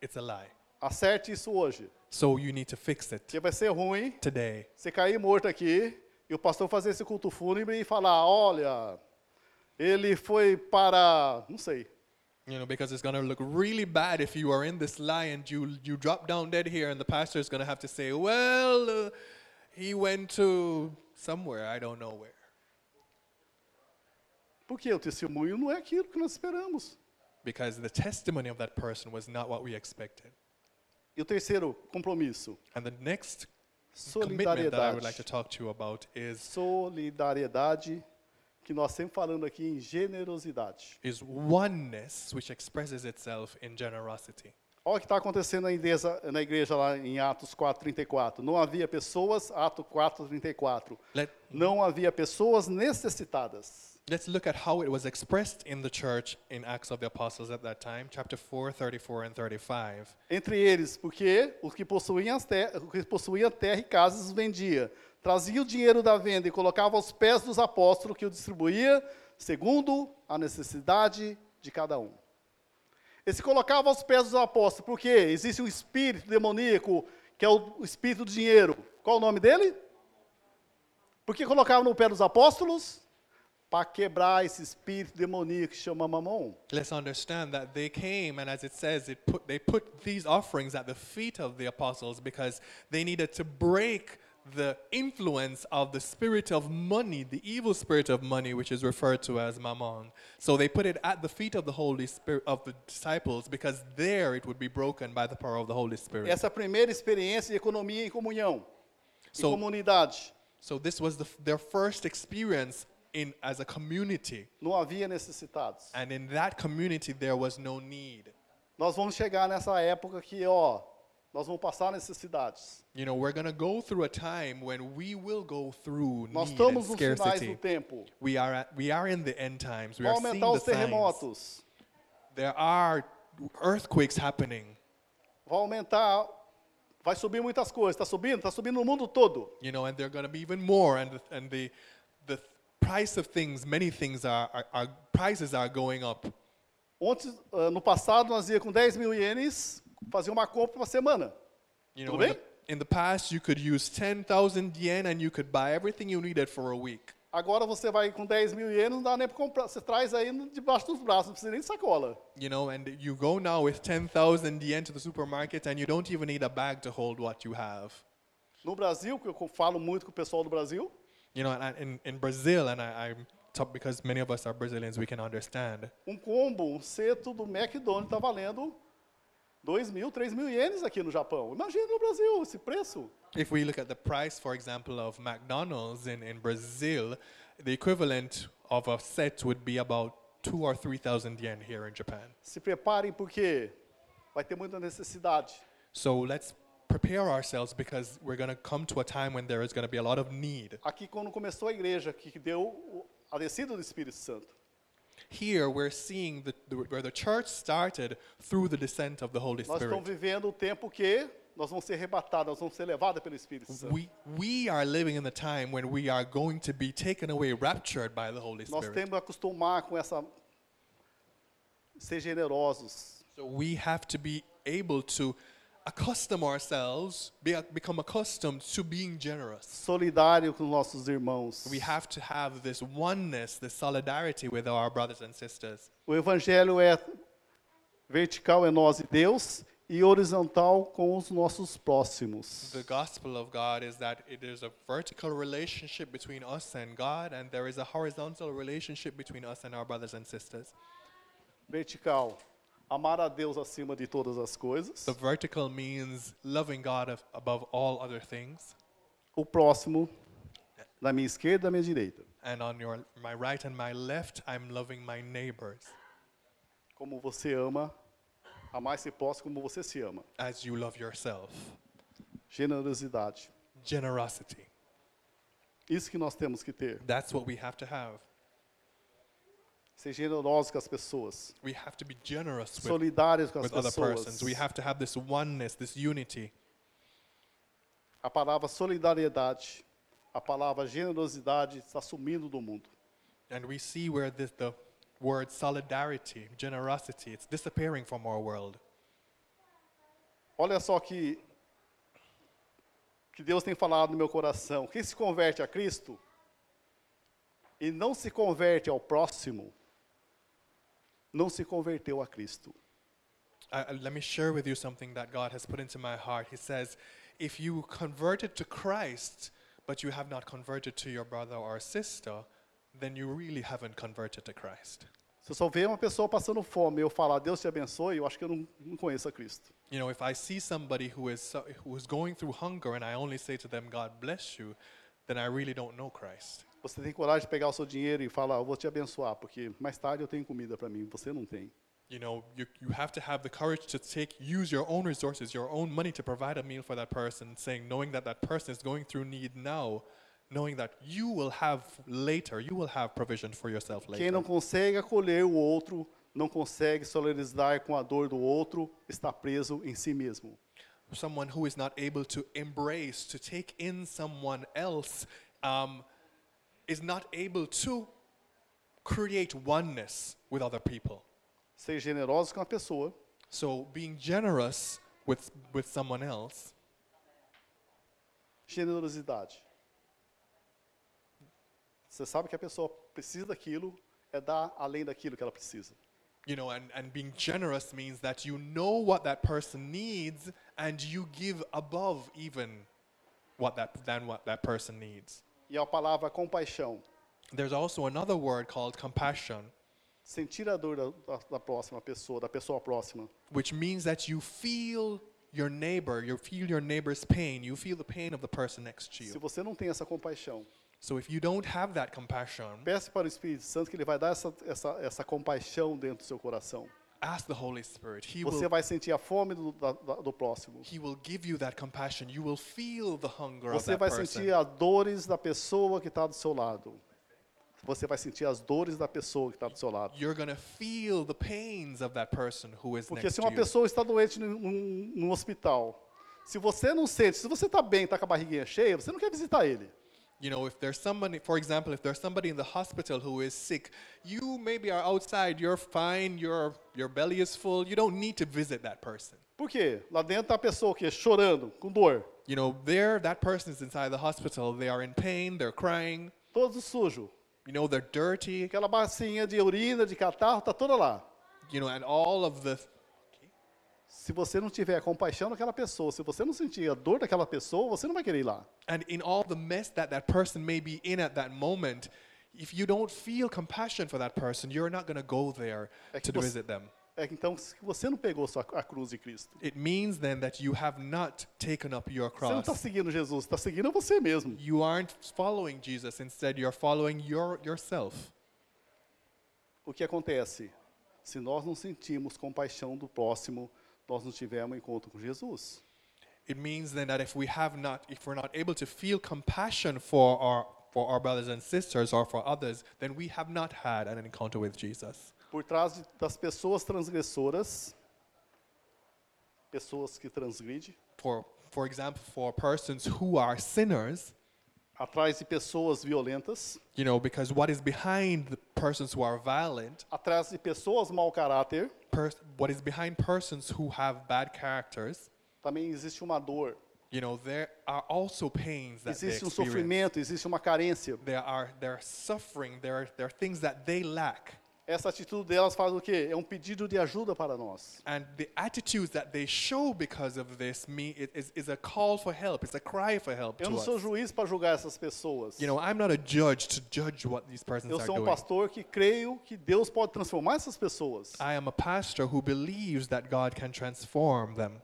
it's a lie.
Acerte isso hoje.
So you need to fix it
Porque vai ser ruim
today.
você cair morto aqui e o pastor fazer esse culto fúnebre e falar: olha, ele foi para. não sei.
You know, because it's gonna look really bad if you are in this lie and you you drop down dead here, and the pastor is gonna have to say, "Well, uh, he went to somewhere I don't know where,"
Porque o testemunho não é aquilo que nós esperamos.
because the testimony of that person was not what we expected.
E o terceiro compromisso:
And the next commitment that I would like to
solidariedade.
talk to you about is
Solidariedade, que nós sempre falando aqui em generosidade.
is oneness, which expresses itself in generosity.
Olha o que está acontecendo na igreja, na igreja lá em Atos 4:34. Não havia pessoas, Atos 4:34.
Let
Não havia pessoas necessitadas.
Let's look at how it was expressed in the church in Acts of the Apostles at that time, chapter 4, 34 and 35.
Entre eles, porque os que possuíam, as ter os que possuíam terra e casas os vendia, trazia o dinheiro da venda e colocava aos pés dos apóstolos que o distribuía segundo a necessidade de cada um. Ele se colocava aos pés dos apóstolos, porque existe um espírito demoníaco, que é o espírito do dinheiro. Qual o nome dele? Por que colocava no pé dos apóstolos? Para quebrar esse espírito demoníaco que chama Mamon.
Let's understand that they came, and as it says, it put, they put these offerings at the feet of the apostles because they needed to break the influence of the spirit of money, the evil spirit of money, which is referred to as mammon. So they put it at the feet of the Holy Spirit of the disciples because there it would be broken by the power of the Holy Spirit.
Essa primeira experiência de economia em comunhão, em
So-
comunidade.
So this was the, f- their first experience in as a community,
Não havia necessitados.
and in that community there was no need.
Nós vamos chegar nessa época que, ó, nós vamos passar necessidades.
You know, we're gonna go through a time when we will go through
Nós
need and
estamos nos finais do
scarcity.
tempo.
We are at, we are in the end times. We
Vai
are seeing
aumentar
the
os
signs.
terremotos.
There are earthquakes happening.
Vai aumentar, vai subir muitas coisas. Está subindo? Está subindo no mundo todo.
you know, and they're going to be even more. And the, and the the price of things, many things are, are, are prices are going up.
Ontem, ah, no passado, nós ia com 10 mil ienes fazer uma compra uma semana.
You know,
Tudo
in the,
bem?
in the past you could use ten thousand yen and you could buy everything you needed for a week.
Agora você vai com 10 mil ienes, não dá nem para comprar. Você traz aí no- debaixo dos braços, não precisa nem de sacola.
You know, and you go now with ten thousand yen to the supermarket and you don't even need a bag to hold what you have.
No Brasil, que eu co- falo muito com o pessoal do Brasil,
You know, and, I- in in Brazil, and I, I'm top because many of us are Brazilians, we can understand.
um combo, um seto do McDonald's está valendo 2 mil, 3 mil ienes aqui no Japão. Imagina no Brasil esse preço.
If we look at the price, for example, of McDonald's in, in Brazil, the equivalent of a set would be about two or three thousand yen here in Japan.
Se preparem porque vai ter muita necessidade.
So let's prepare ourselves because we're going to come to a time when there is going to be a lot of need.
Aqui quando começou a igreja, que deu o- a descida do Espírito Santo.
Here we're seeing the, the, where the church started through the descent of the Holy
Nós
Spirit.
estamos vivendo o tempo que nós vamos ser arrebatados, nós vamos ser levados pelo Espírito Santo.
We, we are living in the time when we are going to be taken away, raptured by the Holy
Nós
Spirit.
temos que acostumar com essa. Ser generosos.
So we have to be able to accustom ourselves, be, become accustomed to being generous.
Solidário com nossos irmãos.
We have to have this oneness, this solidarity with our brothers and sisters.
O Evangelho é vertical é nós e Deus e horizontal com os nossos próximos.
The gospel of God is that it is a vertical relationship between us and God, and there is a horizontal relationship between us and our brothers and sisters.
Vertical. Amar a Deus acima de todas as coisas.
The vertical means loving God of, above all other things,
O próximo, da minha esquerda e da minha direita.
and on your my right and my left, I'm loving my neighbors
Como você ama, amar esse próximo como você se ama.
as you love yourself.
Generosidade.
generosity.
Isso que nós temos que ter.
That's what we have to have.
Ser generoso com as pessoas.
We have to be generous with,
Solidários com as
with other
pessoas.
persons. We have to have this oneness, this unity.
A palavra solidariedade, a palavra generosidade está sumindo do mundo.
And we see where this, the word solidarity, generosity, it's disappearing from our world.
Olha só que que Deus tem falado no meu coração. Quem se converte a Cristo e não se converte ao próximo, não se converteu a Cristo.
I, I- let me share with you something that God has put into my heart. He says, if you converted to Christ, but you have not converted to your brother or sister, then you really haven't converted to Christ.
Se eu só ver uma pessoa passando fome e eu falar Deus te abençoe, eu acho que eu não, não conheço a Cristo.
You know, if I see somebody who is so, who is going through hunger and I only say to them, "God bless you," then I really don't know Christ.
Você tem coragem de pegar o seu dinheiro e falar, eu vou te abençoar, porque mais tarde eu tenho comida para mim, você não tem.
You know, you, you have to have the courage to take use your own resources, your own money to provide a meal for that person, saying knowing that that person is going through need now, knowing that you will have later, you will have provision for yourself
Quem
later.
não consegue acolher o outro, não consegue solidarizar com a dor do outro, está preso em si mesmo.
Someone who is not able to embrace, to take in someone else, um, is not able to create oneness with other people.
Ser generoso com a pessoa
So being generous with with someone else,
generosidade. Você sabe que a pessoa precisa daquilo, é dar além daquilo que ela precisa.
you know, and, and being generous means that you know what that person needs and you give above even what that than what that person needs.
E é a palavra compaixão,
There's also another word called compassion,
sentir a dor da, da, da próxima pessoa, da pessoa próxima.
which means that you feel your neighbor, you feel your neighbor's pain, you feel the pain of the person next to
Se
you.
você não tem essa compaixão,
So if you don't have that compassion,
peça para o Espírito Santo que ele vai dar essa, essa, essa compaixão dentro do seu coração.
ask the Holy Spirit. He
Você
will
vai sentir a fome do, da- da- do próximo.
he will give you that compassion. You will feel the hunger of
Você
that
vai
person.
sentir as dores da pessoa que está do seu lado. Você vai sentir as dores da pessoa que está do seu lado.
you're going to feel the pains of that person who is
Porque
next
se uma
to you.
pessoa está doente num, num- num hospital, se você não sente, se você está bem, está com a barriguinha cheia, você não quer visitar ele.
You know, if there's somebody, for example, if there's somebody in the hospital who is sick, you maybe are outside, you're fine, your your belly is full, you don't need to visit that person.
Por quê? Lá dentro está a pessoa o quê? Chorando, com dor,
You know, there that person is inside the hospital, they are in pain, they're crying,
todo sujo.
you know, they're dirty,
Aquela bacinha de urina, de catarro, está toda lá.
you know, and all of the
Se você não tiver compaixão daquela pessoa, se você não sentir a dor daquela pessoa, você não vai querer ir lá.
and in all the mess that that person may be in at that moment, if you don't feel compassion for that person, you're not going to go there
É que
to
você-
visit them.
É que então se você não pegou sua, a cruz de Cristo.
It means then that you have not taken up your
Você não está
cross.
seguindo Jesus, está seguindo você mesmo.
You aren't following Jesus. Instead, you're following your yourself.
O que acontece? Se nós não sentimos compaixão do próximo, nós não tivemos encontro com Jesus.
It means then that if we have not, if we're not able to feel compassion for our for our brothers and sisters or for others, then we have not had an encounter with Jesus.
Por trás de- das pessoas transgressoras, pessoas que transgridem,
For for example, for persons who are sinners,
atrás de pessoas violentas,
you know, because what is behind the persons who are violent,
atrás de pessoas mau caráter,
pers- what is behind persons who have bad characters,
também existe uma dor,
you know, there are also pains that they
existe um
experience.
sofrimento, existe uma carência.
there are there are suffering there are, there are things that they lack
Essa atitude delas faz o quê? É um pedido de ajuda para nós.
and the attitudes that they show because of this me it is, is a call for help it's a cry for help
Eu
to
não sou
us.
juiz para julgar essas pessoas.
you know i'm not a judge to judge what these persons
Eu
are
sou um
doing
pastor que creio que Deus pode transformar essas pessoas.
i am a pastor who believes that god can transform them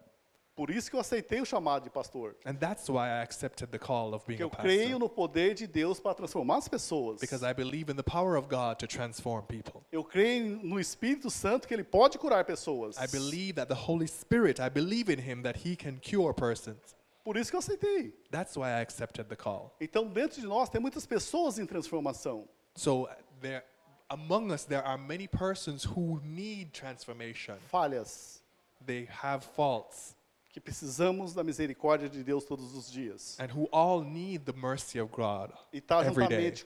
Por isso que eu aceitei o chamado de pastor.
and that's why i accepted the call of being
Porque
a
eu
pastor
creio no poder de Deus para transformar as pessoas.
because i believe in the power of god to transform people
Eu creio no Espírito Santo que ele pode curar pessoas.
i believe that the holy spirit i believe in him that he can cure persons
Por isso que eu aceitei.
that's why i accepted the call
Então, dentro de nós tem muitas pessoas em transformação.
So uh, there, among us, there are many persons who need transformation.
Falhas
They have faults,
que precisamos da misericórdia de Deus todos os dias.
and who all need the mercy of God
E estar
every day.
juntamente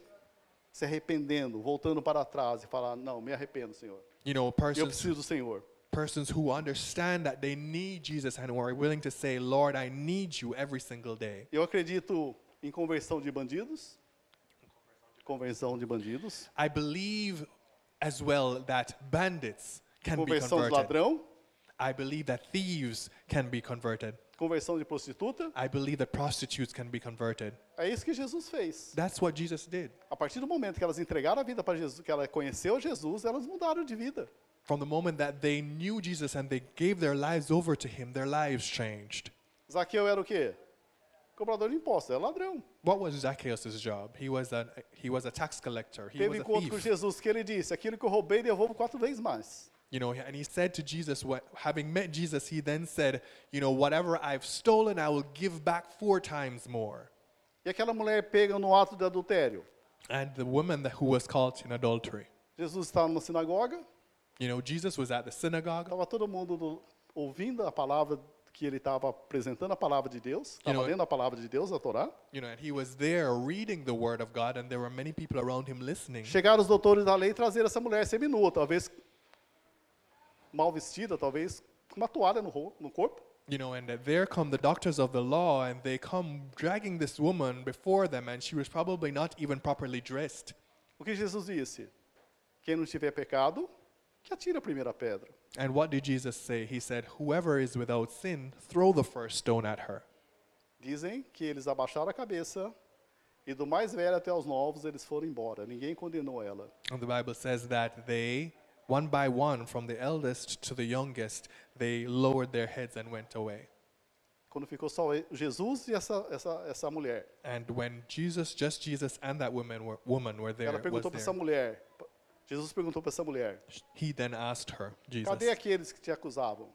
se arrependendo, voltando para trás e falar: Não, me arrependo, Senhor.
You know,
Eu
persons
preciso do Senor.
persons who understand that they need Jesus and who are willing to say, "Lord, I need you every single day."
Eu acredito em conversão de bandidos. Conversão de bandidos.
I believe as well that bandits can be
Conversão de
converted.
ladrão.
I believe that thieves can be converted.
Conversão de prostituta.
I believe that prostitutes can be converted.
É isso que Jesus fez.
That's what Jesus did.
A partir do momento que elas entregaram a vida para Jesus, que ela conheceu Jesus, elas mudaram de vida.
From the moment that they knew Jesus and they gave their lives over to him, their lives changed.
Zaqueu era o quê? Cobrador de impostos, era ladrão.
What was Zacchaeus' job? He was a he was a tax collector. He
Teve
was a
encontro com
thief.
Jesus que ele disse: Aquilo que eu roubei, devolvo quatro vezes mais.
You know, and he said to Jesus, what, having met Jesus, he then said, you know, whatever I've stolen, I will give back four times more.
E aquela mulher pega no ato de adultério.
And the woman that, who was caught in adultery,
Jesus estava numa sinagoga,
you know, Jesus was at the synagogue.
estava todo mundo do- ouvindo a palavra que ele estava apresentando a palavra de Deus, estava
know,
lendo a palavra de Deus, a Torá.
You know, and he was there reading the word of God, and there were many people around him listening.
Chegaram os doutores da lei e trazer essa mulher seminua, talvez mal vestida, talvez, com uma toalha no, ro- no corpo.
You know, and that there come the doctors of the law, and they come dragging this woman before them, and she was probably not even properly dressed.
O que Jesus disse? Quem não tiver pecado, que atire a primeira pedra.
And what did Jesus say? He said, Whoever is without sin, throw the first stone at her.
Dizem que eles abaixaram a cabeça e do mais velho até aos novos eles foram embora. Ninguém condenou ela.
And the Bible says that they, one by one, from the eldest to the youngest, they lowered their heads and went away.
Quando ficou só e- Jesus e essa, essa, essa mulher.
And when Jesus, just Jesus and that woman were, woman were there,
Ela
was
perguntou para essa
there,
mulher. Jesus perguntou para essa mulher:
he then asked her,
Cadê
Jesus,
aqueles que te acusavam?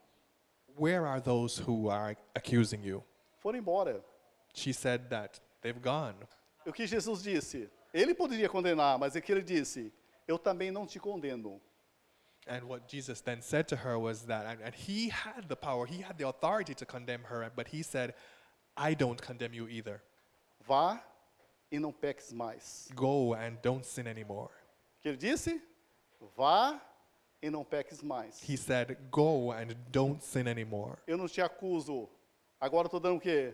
where are those who are accusing you?
Foram embora.
She said that they've gone.
O que Jesus disse? Ele poderia condenar, mas é que ele disse: Eu também não te condeno.
And what Jesus then said to her was that, and, and he had the power, he had the authority to condemn her, but he said, I don't condemn you either.
Vá e não peques mais.
Go and don't sin anymore.
O que ele disse? Vá e não peques mais.
He said, Go and don't sin anymore.
Eu não te acuso. Agora estou dando o quê?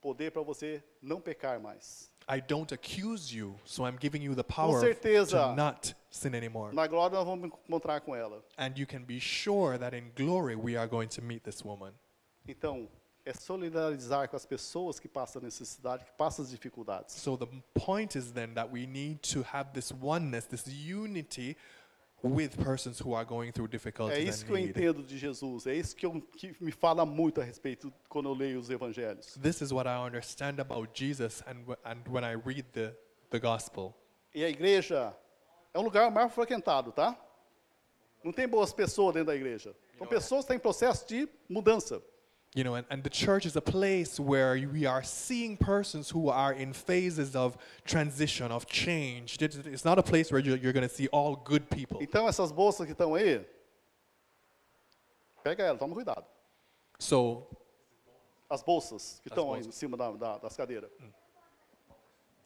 Poder para você não pecar mais.
I don't accuse you, so I'm giving you the power to
certeza.
not sin anymore.
Na glória nós vamos encontrar com ela.
And you can be sure that in glory we are going to meet this woman.
Então, é solidarizar com as pessoas que passam necessidade, que passam as dificuldades.
So the point is then that we need to have this oneness, this unity with persons who are going through
É
difficulties
isso que eu
and need.
entendo de Jesus. É isso que, eu, que me fala muito a respeito quando eu leio os evangelhos.
This is what I understand about Jesus and, wh- and when I read the, the gospel.
E a igreja é um lugar mais frequentado, tá? Não tem boas pessoas dentro da igreja. Então, pessoas que estão em processo de mudança.
You know, and, and the church is a place where we are seeing persons who are in phases of transition, of change. It- It's not a place where you're, you're going to see all good people.
Então, essas bolsas que estão aí, pega ela, toma cuidado.
So,
As bolsas que
As
estão aí
bolsas.
em cima da, da- das cadeiras.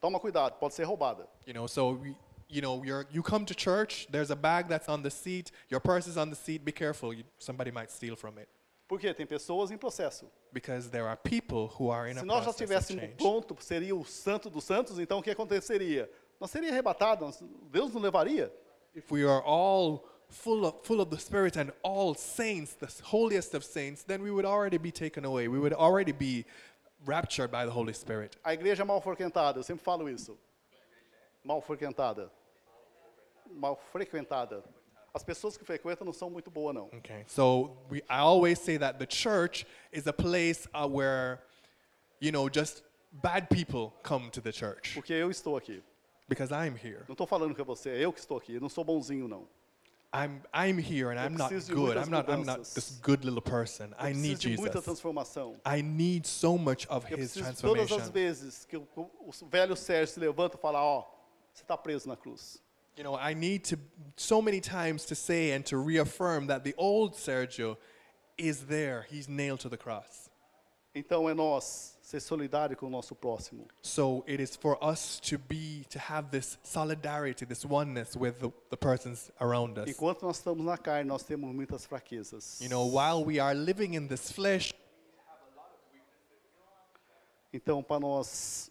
Toma cuidado, pode ser roubada.
you know, so we, you know, you're, you come to church, there's a bag that's on the seat, your purse is on the seat, be careful, you, somebody might steal from it.
Porque tem pessoas em processo.
Because there are people who are in
Se
a
nós já
process of
tivéssemos
change.
pronto, seria o santo dos santos, então o que aconteceria? Nós seria arrebatado, nós- Deus nos levaria.
If we are all full of, full of the Spirit and all saints, the holiest of saints, then we would already be taken away. We would already be raptured by the Holy Spirit.
A igreja é mal frequentada, eu sempre falo isso. Mal frequentada. Mal frequentada. As pessoas que frequentam não são muito boas, não.
Okay. So we, I always say that the church is a place uh, where, you know, just bad people come to the church
Porque eu estou aqui.
because I'm here.
Não estou falando que é você, é eu que estou aqui. Eu não sou bonzinho, não.
I'm I'm here and I'm not
preciso de
good.
muitas
I'm not I'm not
mudanças.
this good little person.
Eu
I
preciso
need
de muita
Jesus.
transformação.
I need so much of
Eu
his
preciso de todas as
transformation.
vezes que o, o velho Sérgio se levanta e fala, ó, você está preso na cruz.
You know, I need to so many times to say and to reaffirm that the old Sergio is there. He's nailed to the cross.
Então é nós ser solidário com o nosso próximo.
So it is for us to be to have this solidarity, this oneness with the, the persons around us.
Enquanto nós estamos na carne, nós temos muitas fraquezas.
You know, while we are living in this flesh,
Então, para nós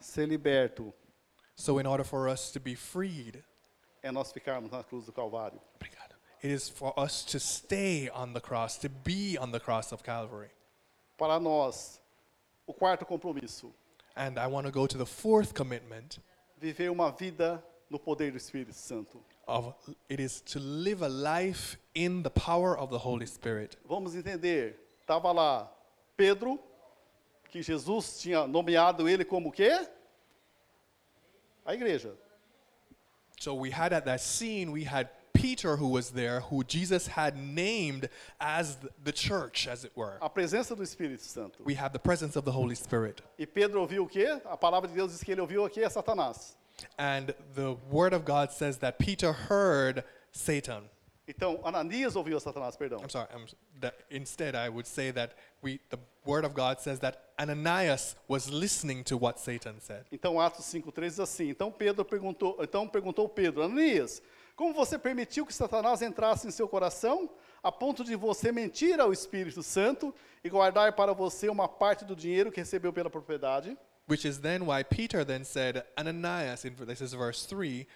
ser liberto,
so in order for us to be freed,
é nós ficarmos na cruz do Calvário.
it is for us to stay on the cross, to be on the cross of Calvary.
Para nós, o quarto compromisso,
And I want to go to the fourth commitment
viver uma vida no poder do Espírito Santo.
of it is to live a life in the power of the Holy Spirit.
Vamos entender, estava lá Pedro, que Jesus tinha nomeado ele como o quê? A igreja.
So we had at that scene, we had Peter who was there, who Jesus had named as th- the church, as it were.
A presença do Espírito Santo.
We have the presence of the Holy Spirit.
E Pedro ouviu o quê? A palavra de Deus diz que ele ouviu aqui é Satanás.
And the Word of God says that Peter heard Satan.
Então, Ananias ouviu Satanás, perdão.
I'm sorry, I'm, s- that instead, I would say that we, the Word of God says that Ananias was listening to what Satan said.
Então Atos 5:3 diz assim: Então Pedro perguntou, então perguntou Pedro, Ananias, Como você permitiu que Satanás entrasse em seu coração, a ponto de você mentir ao Espírito Santo e guardar para você uma parte do dinheiro que recebeu pela propriedade?
Which is then why Peter then said, Ananias, in, this is verse 3,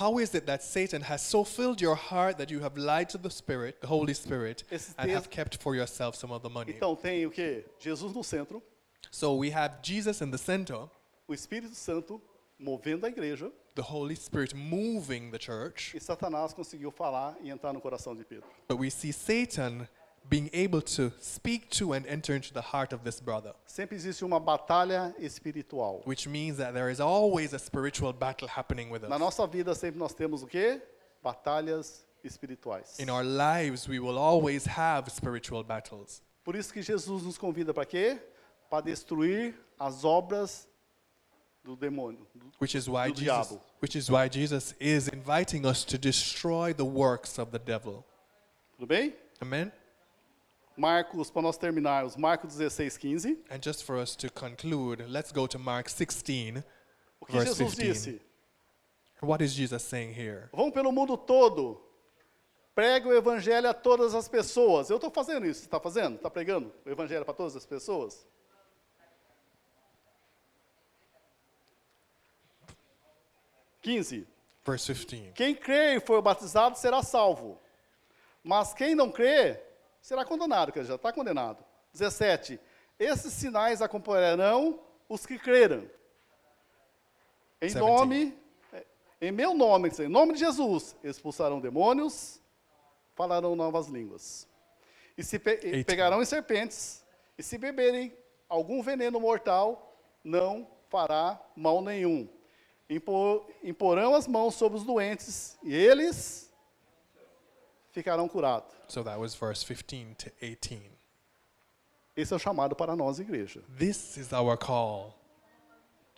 how is it that Satan has so filled your heart that you have lied to the Spirit, the Holy Spirit,
Esse
and have
texto-
kept for yourself some of the money?
Então tem o quê? Jesus no centro,
So we have Jesus in the center,
o Espírito Santo movendo a igreja,
the Holy Spirit moving the church,
e Satanás conseguiu falar e entrar no coração de Pedro.
but we see Satan being able to speak to and enter into the heart of this brother,
Sempre existe uma batalha espiritual.
which means that there is always a spiritual battle happening with
Na
us.
nossa vida sempre nós temos o quê? Batalhas espirituais.
In our lives, we will always have spiritual battles.
Por isso que Jesus nos convida para quê? Para destruir as obras do demônio. do-
Which is why
Do
Jesus,
diabo.
which is why Jesus is inviting us to destroy the works of the devil.
Tudo bem?
Amen.
Marcos, para nós terminarmos, Marcos 16, 15.
And just for us to conclude, let's go to Mark 16.
O que
Verse
Jesus
15.
disse?
What is Jesus saying here?
Vão pelo mundo todo. Prega o evangelho a todas as pessoas. Eu estou fazendo isso. Você está fazendo? Está pregando o evangelho para todas as pessoas? Quinze.
Verse 15.
Quem crer e for batizado será salvo. Mas quem não crer será condenado, que já está condenado. 17. Esses sinais acompanharão os que creram. Em
17.
nome, é, em meu nome, quer dizer, em nome de Jesus, expulsarão demônios, falarão novas línguas. E se pe- e
18.
pegarão em serpentes, e se beberem algum veneno mortal, não fará mal nenhum. Impor- imporão as mãos sobre os doentes, e eles ficarão curados.
So that was verse 15 to 18.
Esse é o chamado para nós, igreja.
This is our call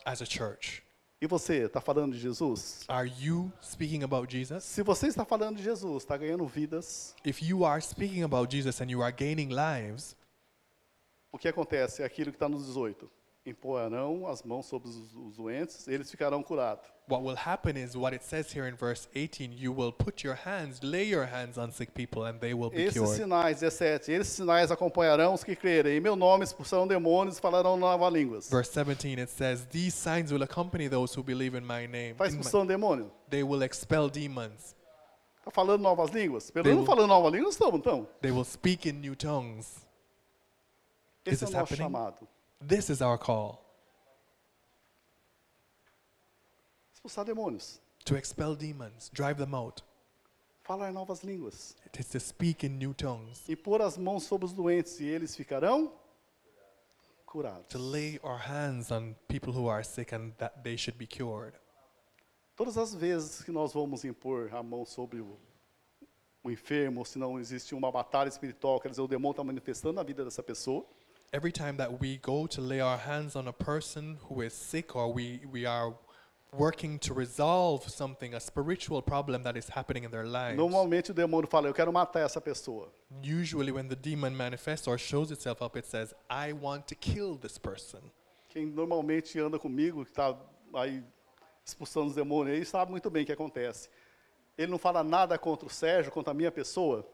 as a church.
E você está falando de Jesus?
Are you speaking about Jesus?
Se você está falando de Jesus, está ganhando vidas,
If you are speaking about Jesus and you are gaining lives,
o que acontece? É aquilo que está nos 18. Imporão as mãos sobre os, os doentes, eles ficarão curados.
what will happen is what it says here in verse 18 you will put your hands, lay your hands on sick people, and they will be
Esses
cured.
sinais, 17, esses sinais acompanharão os que crerem. Em meu nome expulsarão demônios e falarão novas línguas.
Verse 17 it says, These signs will accompany those who believe in my name. In my-
Está Tá expulsando demônio?
they will expel demons.
Está falando novas línguas? Pelo
They
menos
will-
falando novas línguas, estamos, então.
They will speak in new tongues. Is
Esse é
this
o nosso
happening?
chamado.
This is our call
Expulsar demônios.
to expel demons, drive them out.
Falar novas línguas.
It is to speak in new tongues,
E pôr as mãos sobre os doentes e eles ficarão curados.
to lay our hands on people who are sick and that they should be cured.
Todas as vezes que nós vamos impor a mão sobre o, o enfermo, se não existe uma batalha espiritual, quer dizer, o demônio está manifestando na vida dessa pessoa,
Every time that we go to lay our hands on a person who is sick or we, we are working to resolve something, a spiritual problem that is happening in their lives,
normalmente o demônio fala: Eu quero matar essa pessoa.
usually when the demon manifests or shows itself up, it says, I want to kill this person.
Quem normalmente anda comigo, que está aí expulsando os demônios, ele sabe muito bem o que acontece. Ele não fala nada contra o Sérgio, contra a minha pessoa,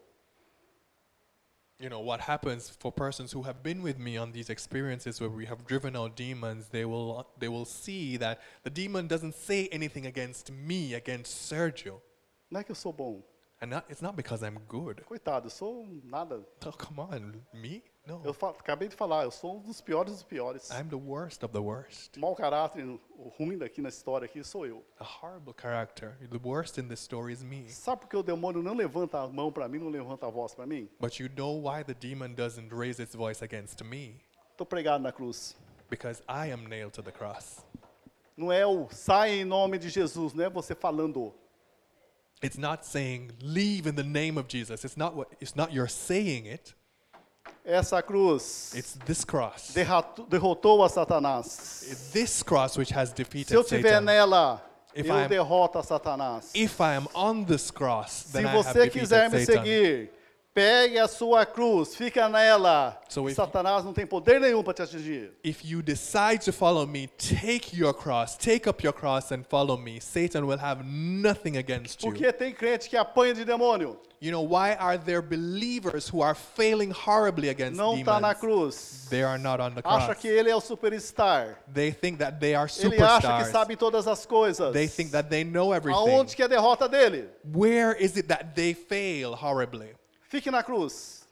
you know what happens for persons who have been with me on these experiences where we have driven out demons they will they will see that the demon doesn't say anything against me against sergio
não é que eu sou bom.
and not, it's not because i'm good
Coitado, eu sou um nada.
oh come on me
Eu
no
fa- acabei de falar, eu sou um dos piores dos piores.
i'm the worst of the worst
O mau caráter, o ruim daqui na história aqui sou eu.
a horrible character the worst in this story is me
Sabe por que o demônio não levanta a mão para mim, não levanta a voz para mim?
but you know why the demon doesn't raise its voice against me
Estou pregado na cruz.
because i am nailed to the cross
Não é o sai em nome de Jesus, não é você falando.
it's not saying leave in the name of jesus it's not what it's not your saying it
Essa cruz
It's this cross.
derratu- derrotou a Satanás.
It's this cross which has
Se eu
defeated
tiver
Satan.
nela,
If
eu
I'm-
derroto a Satanás.
If I am on this cross,
Se
then I have
você quiser
defeated
me
Satan.
seguir, Pegue a sua cruz, fica nela.
So if-
Satanás não tem poder nenhum para te atingir.
If you decide to follow me, take your cross, take up your cross and follow me. Satan will have nothing against you.
Porque tem crente que apanha de demônio.
You know, why are there believers who are failing horribly against
Não está na
demons?
cruz.
They are not on the
Acha
cross.
que ele é o superstar.
They think that they are
Ele acha que
superstars.
sabe todas as coisas.
They think that they know everything.
Aonde que é a derrota dele?
Where is it that they fail horribly?
Fique na cruz.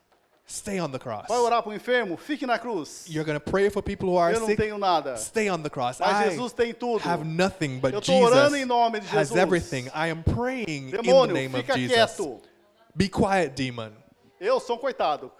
Stay on the cross.
Vai orar para o enfermo? Fique na cruz.
You're going to pray for people who are
Eu não
sick.
tenho nada.
Stay on the cross. I
Mas Jesus tem tudo.
have nothing, but
Eu tô orando em
Jesus
nome de
has
Jesus.
everything. I am praying in the
Demônio,
name of
fica
Jesus.
quieto.
Be quiet, demon.
Eu sou um coitado.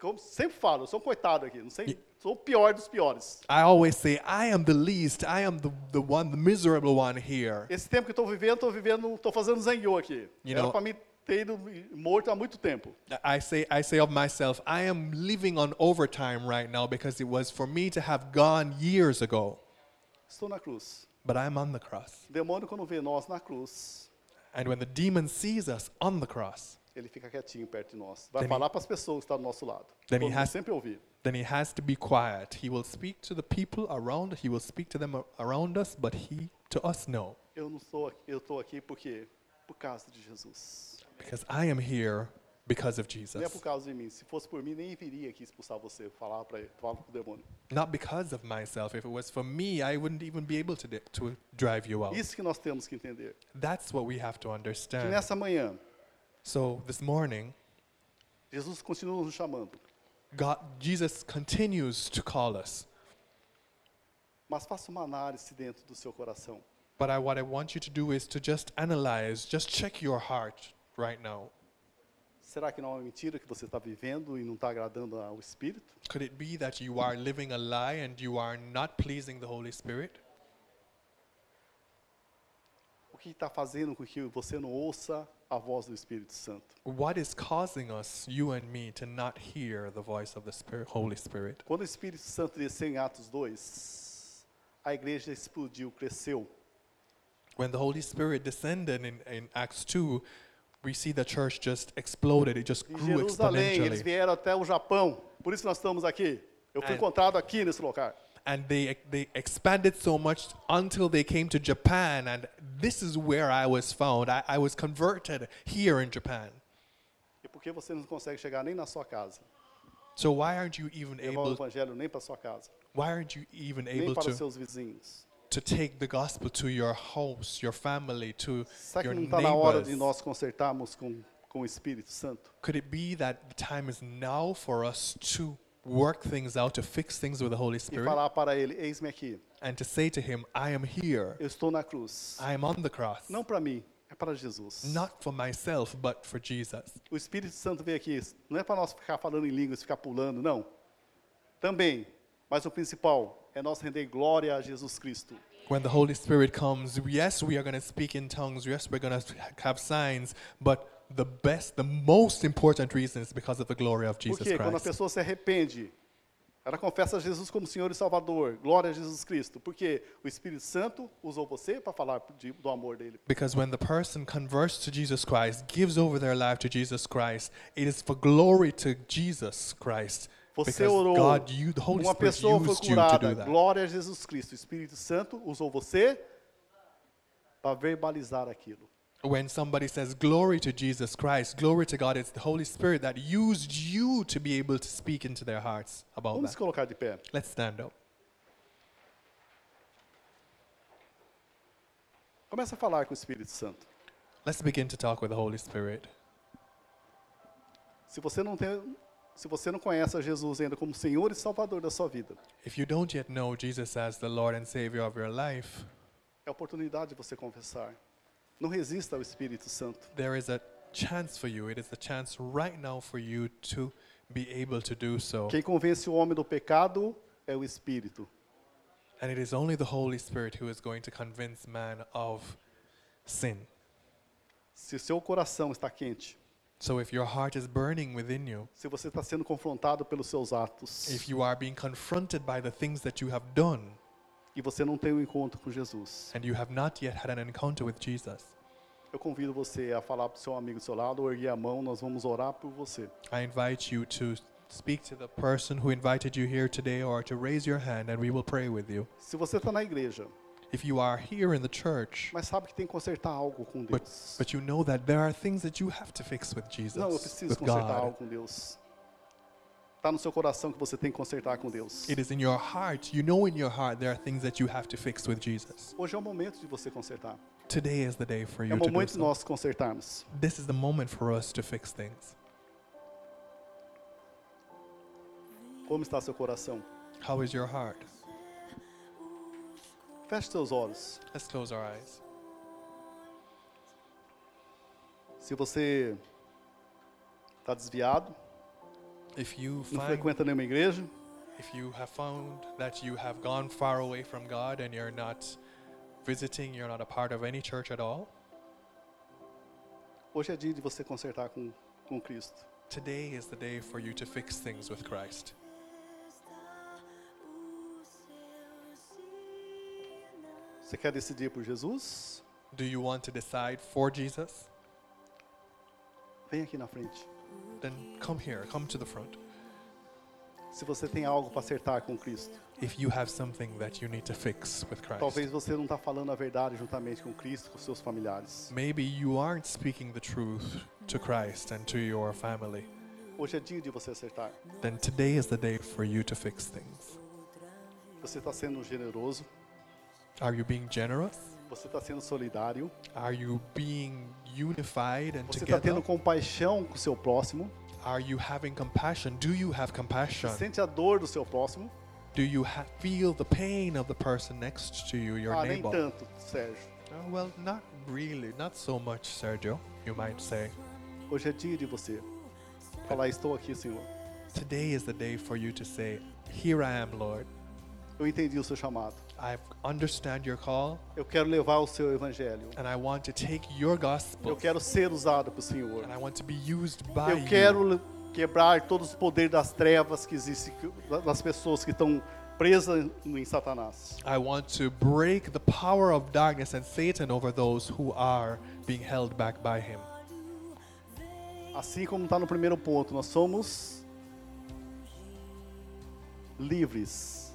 Como sempre falo, eu sou um coitado aqui. Não sei, sou o pior dos piores.
I always say, I am the least. I am the, the one, the miserable one here.
Esse tempo que eu estou vivendo, estou vivendo, estou fazendo zangyo aqui.
You
Era
know-
para mim ter ido morto há muito tempo.
I say, I say of myself, I am living on overtime right now because it was for me to have gone years ago.
Estou na cruz.
But I'm on the cross.
O demônio quando vê nós na cruz,
And when the demon sees us on the cross,
ele fica quietinho perto de nós. Vai
Then he-
falar para as pessoas que estão do nosso lado.
Then
Todo
he
mundo
has-
sempre ouvir.
then he has to be quiet. He will speak to the people around, he will speak to them a- around us, but he to us no,
Eu não estou, aqui- eu estou aqui porque por causa de Jesus.
because I am here because of
Não é
Jesus.
por causa de mim. Se fosse por mim, nem viria aqui expulsar você, falar para ele, falar pro demônio.
Not because of myself. If it was for me, I wouldn't even be able to di- to drive you out.
Isso que nós temos que entender.
That's what we have to
Que
understand.
nessa manhã,
So this morning,
Jesus continua nos chamando.
God Jesus continues to call us.
Mas faça uma análise dentro do seu coração.
But I, what I want you to do is to just analyze, just check your heart right now.
Será que não é uma mentira que você está vivendo e não está agradando ao Espírito?
Could it be that you are living a lie and you are not pleasing the Holy Spirit?
O que está fazendo com que você não ouça a voz do Espírito Santo?
What is causing us, you and me, to not hear the voice of the Spirit, Holy Spirit?
Quando o Espírito Santo desceu em Atos 2, a igreja explodiu, cresceu.
When the Holy Spirit descended in, in Acts 2, we see the church just exploded. It just
Em
grew
Jerusalém, eles
exponentially.
vieram até o Japão. Por isso nós estamos aqui. Eu fui
And-
encontrado aqui nesse lugar.
And they, they expanded so much until they came to Japan. And this is where I was found. I, I was converted here in Japan.
E por que você não consegue chegar nem na sua casa?
So why aren't you even
Levar o
able?
evangelho nem para sua casa,
Why aren't you even
nem
able
para
to?
os seus vizinhos.
to take the gospel to your house, your family, to
Será que
your
não está na hora de
neighbors.
nós consertarmos com, com o Espírito Santo?
Could it be that the time is now for us to work things out, to fix things with the Holy
E
Spirit,
falar para ele: Eis-me aqui,
and to say to Him, I am here,
eu estou na cruz.
I am on the cross,
Não para mim, é para Jesus.
not for myself, but for Jesus.
O Espírito Santo veio aqui, não é para nós ficar falando em línguas, ficar pulando, não. Também, mas o principal é nós render glória a Jesus Cristo.
When the Holy Spirit comes, yes, we are going to speak in tongues, yes, we're going to have signs, but the best, the most important reason is because of the glory of Jesus
Porque quando a
Christ.
pessoa se arrepende, ela confessa Jesus como Senhor e Salvador, glória a Jesus Cristo, porque o Espírito Santo usou você para falar de- do amor dele.
Because when the person converts to Jesus Christ, gives over their life to Jesus Christ, it is for glory to Jesus Christ.
Você
because
orou,
God, you, the Holy
uma
Spirit
pessoa foi
used you to do
curada,
that.
glória a Jesus Cristo. O Espírito Santo usou você para verbalizar aquilo.
When somebody says glory to Jesus Christ, glory to God, it's the Holy Spirit that used you to be able to speak into their hearts about
Vamos se
that.
colocar de pé.
Let's stand up.
Começa a falar com o Espírito Santo.
Let's begin to talk with the Holy Spirit.
Se você não tem, se você não conhece a Jesus ainda como Senhor e Salvador da sua vida,
If you don't yet know Jesus as the Lord and Savior of your life,
é a oportunidade de você confessar. Não resista ao Espírito Santo.
there is a chance for you. It is a chance right now for you to be able to do so.
Quem convence o homem do pecado é o Espírito.
And it is only the Holy Spirit who is going to convince man of sin.
Se o seu coração está quente,
So if your heart is burning within you,
se você está sendo confrontado pelos seus atos
if you are being confronted by the things that you have done
e você não tem um encontro com Jesus,
and you have not yet had an encounter with Jesus,
Eu convido você a falar para o seu amigo do seu lado, ou erguer a mão, nós vamos orar por você.
I invite you to speak to the person who invited you here today or to raise your hand and we will pray with you.
Se você está na igreja,
If you are here in the church,
mas sabe que tem que consertar algo com
but,
Deus.
but you know that there are things that you have to fix with Jesus,
Não, eu preciso
with
consertar
God.
algo com Deus. Está no seu coração que você tem que consertar com Deus.
It is in your heart. You know in your heart there are things that you have to fix with Jesus.
Hoje é o momento de você consertar.
Today is the day for
É
you
o
to do
momento de
so.
nós consertarmos.
This is the moment for us to fix things.
Como está seu coração?
How is your heart?
Feche seus olhos.
Let's close our eyes.
Se você está desviado,
If you
não
find
frequenta nenhuma igreja,
If you have found that you have gone far away from God and you're not visiting, you're not a part of any church at all,
hoje é dia de você consertar com, com Cristo.
today is the day for you to fix things with Christ.
Você quer decidir por Jesus?
Do you want to decide for Jesus?
Vem aqui na frente.
Then come here, come to the front.
Se você tem algo para acertar com Cristo,
If you have something that you need to fix with Christ,
talvez você não está falando a verdade juntamente com Cristo, com seus familiares.
maybe you aren't speaking the truth to Christ and to your family,
Hoje é dia de você acertar.
then today is the day for you to fix things.
Você está sendo generoso,
Are you being generous?
você está sendo solidário,
Are you being unified and
você está
together?
tendo compaixão com o seu próximo,
Are you having compassion? Do you have compassion?
sente a dor do seu próximo.
Do you ha- feel the pain of the person next to you, your
Ah, nem
neighbor?
tanto, Sérgio.
Oh, well, not really, not so much, Sergio, you might say.
Hoje é dia de você falar: Estou aqui, Senhor.
Today is the day for you to say, Here I am, Lord.
Eu entendi o seu chamado.
I understand your call,
Eu quero levar o seu evangelho.
and I want to take your
Eu
gospel,
quero ser usado pelo Senhor.
and I want to be used by
Eu quero le- quebrar todos os poderes das trevas que existem, que- da- das pessoas que estão presas no- em Satanás.
you. I want to break the power of darkness and Satan over those who are being held back by him.
Assim como está no primeiro ponto, nós somos livres.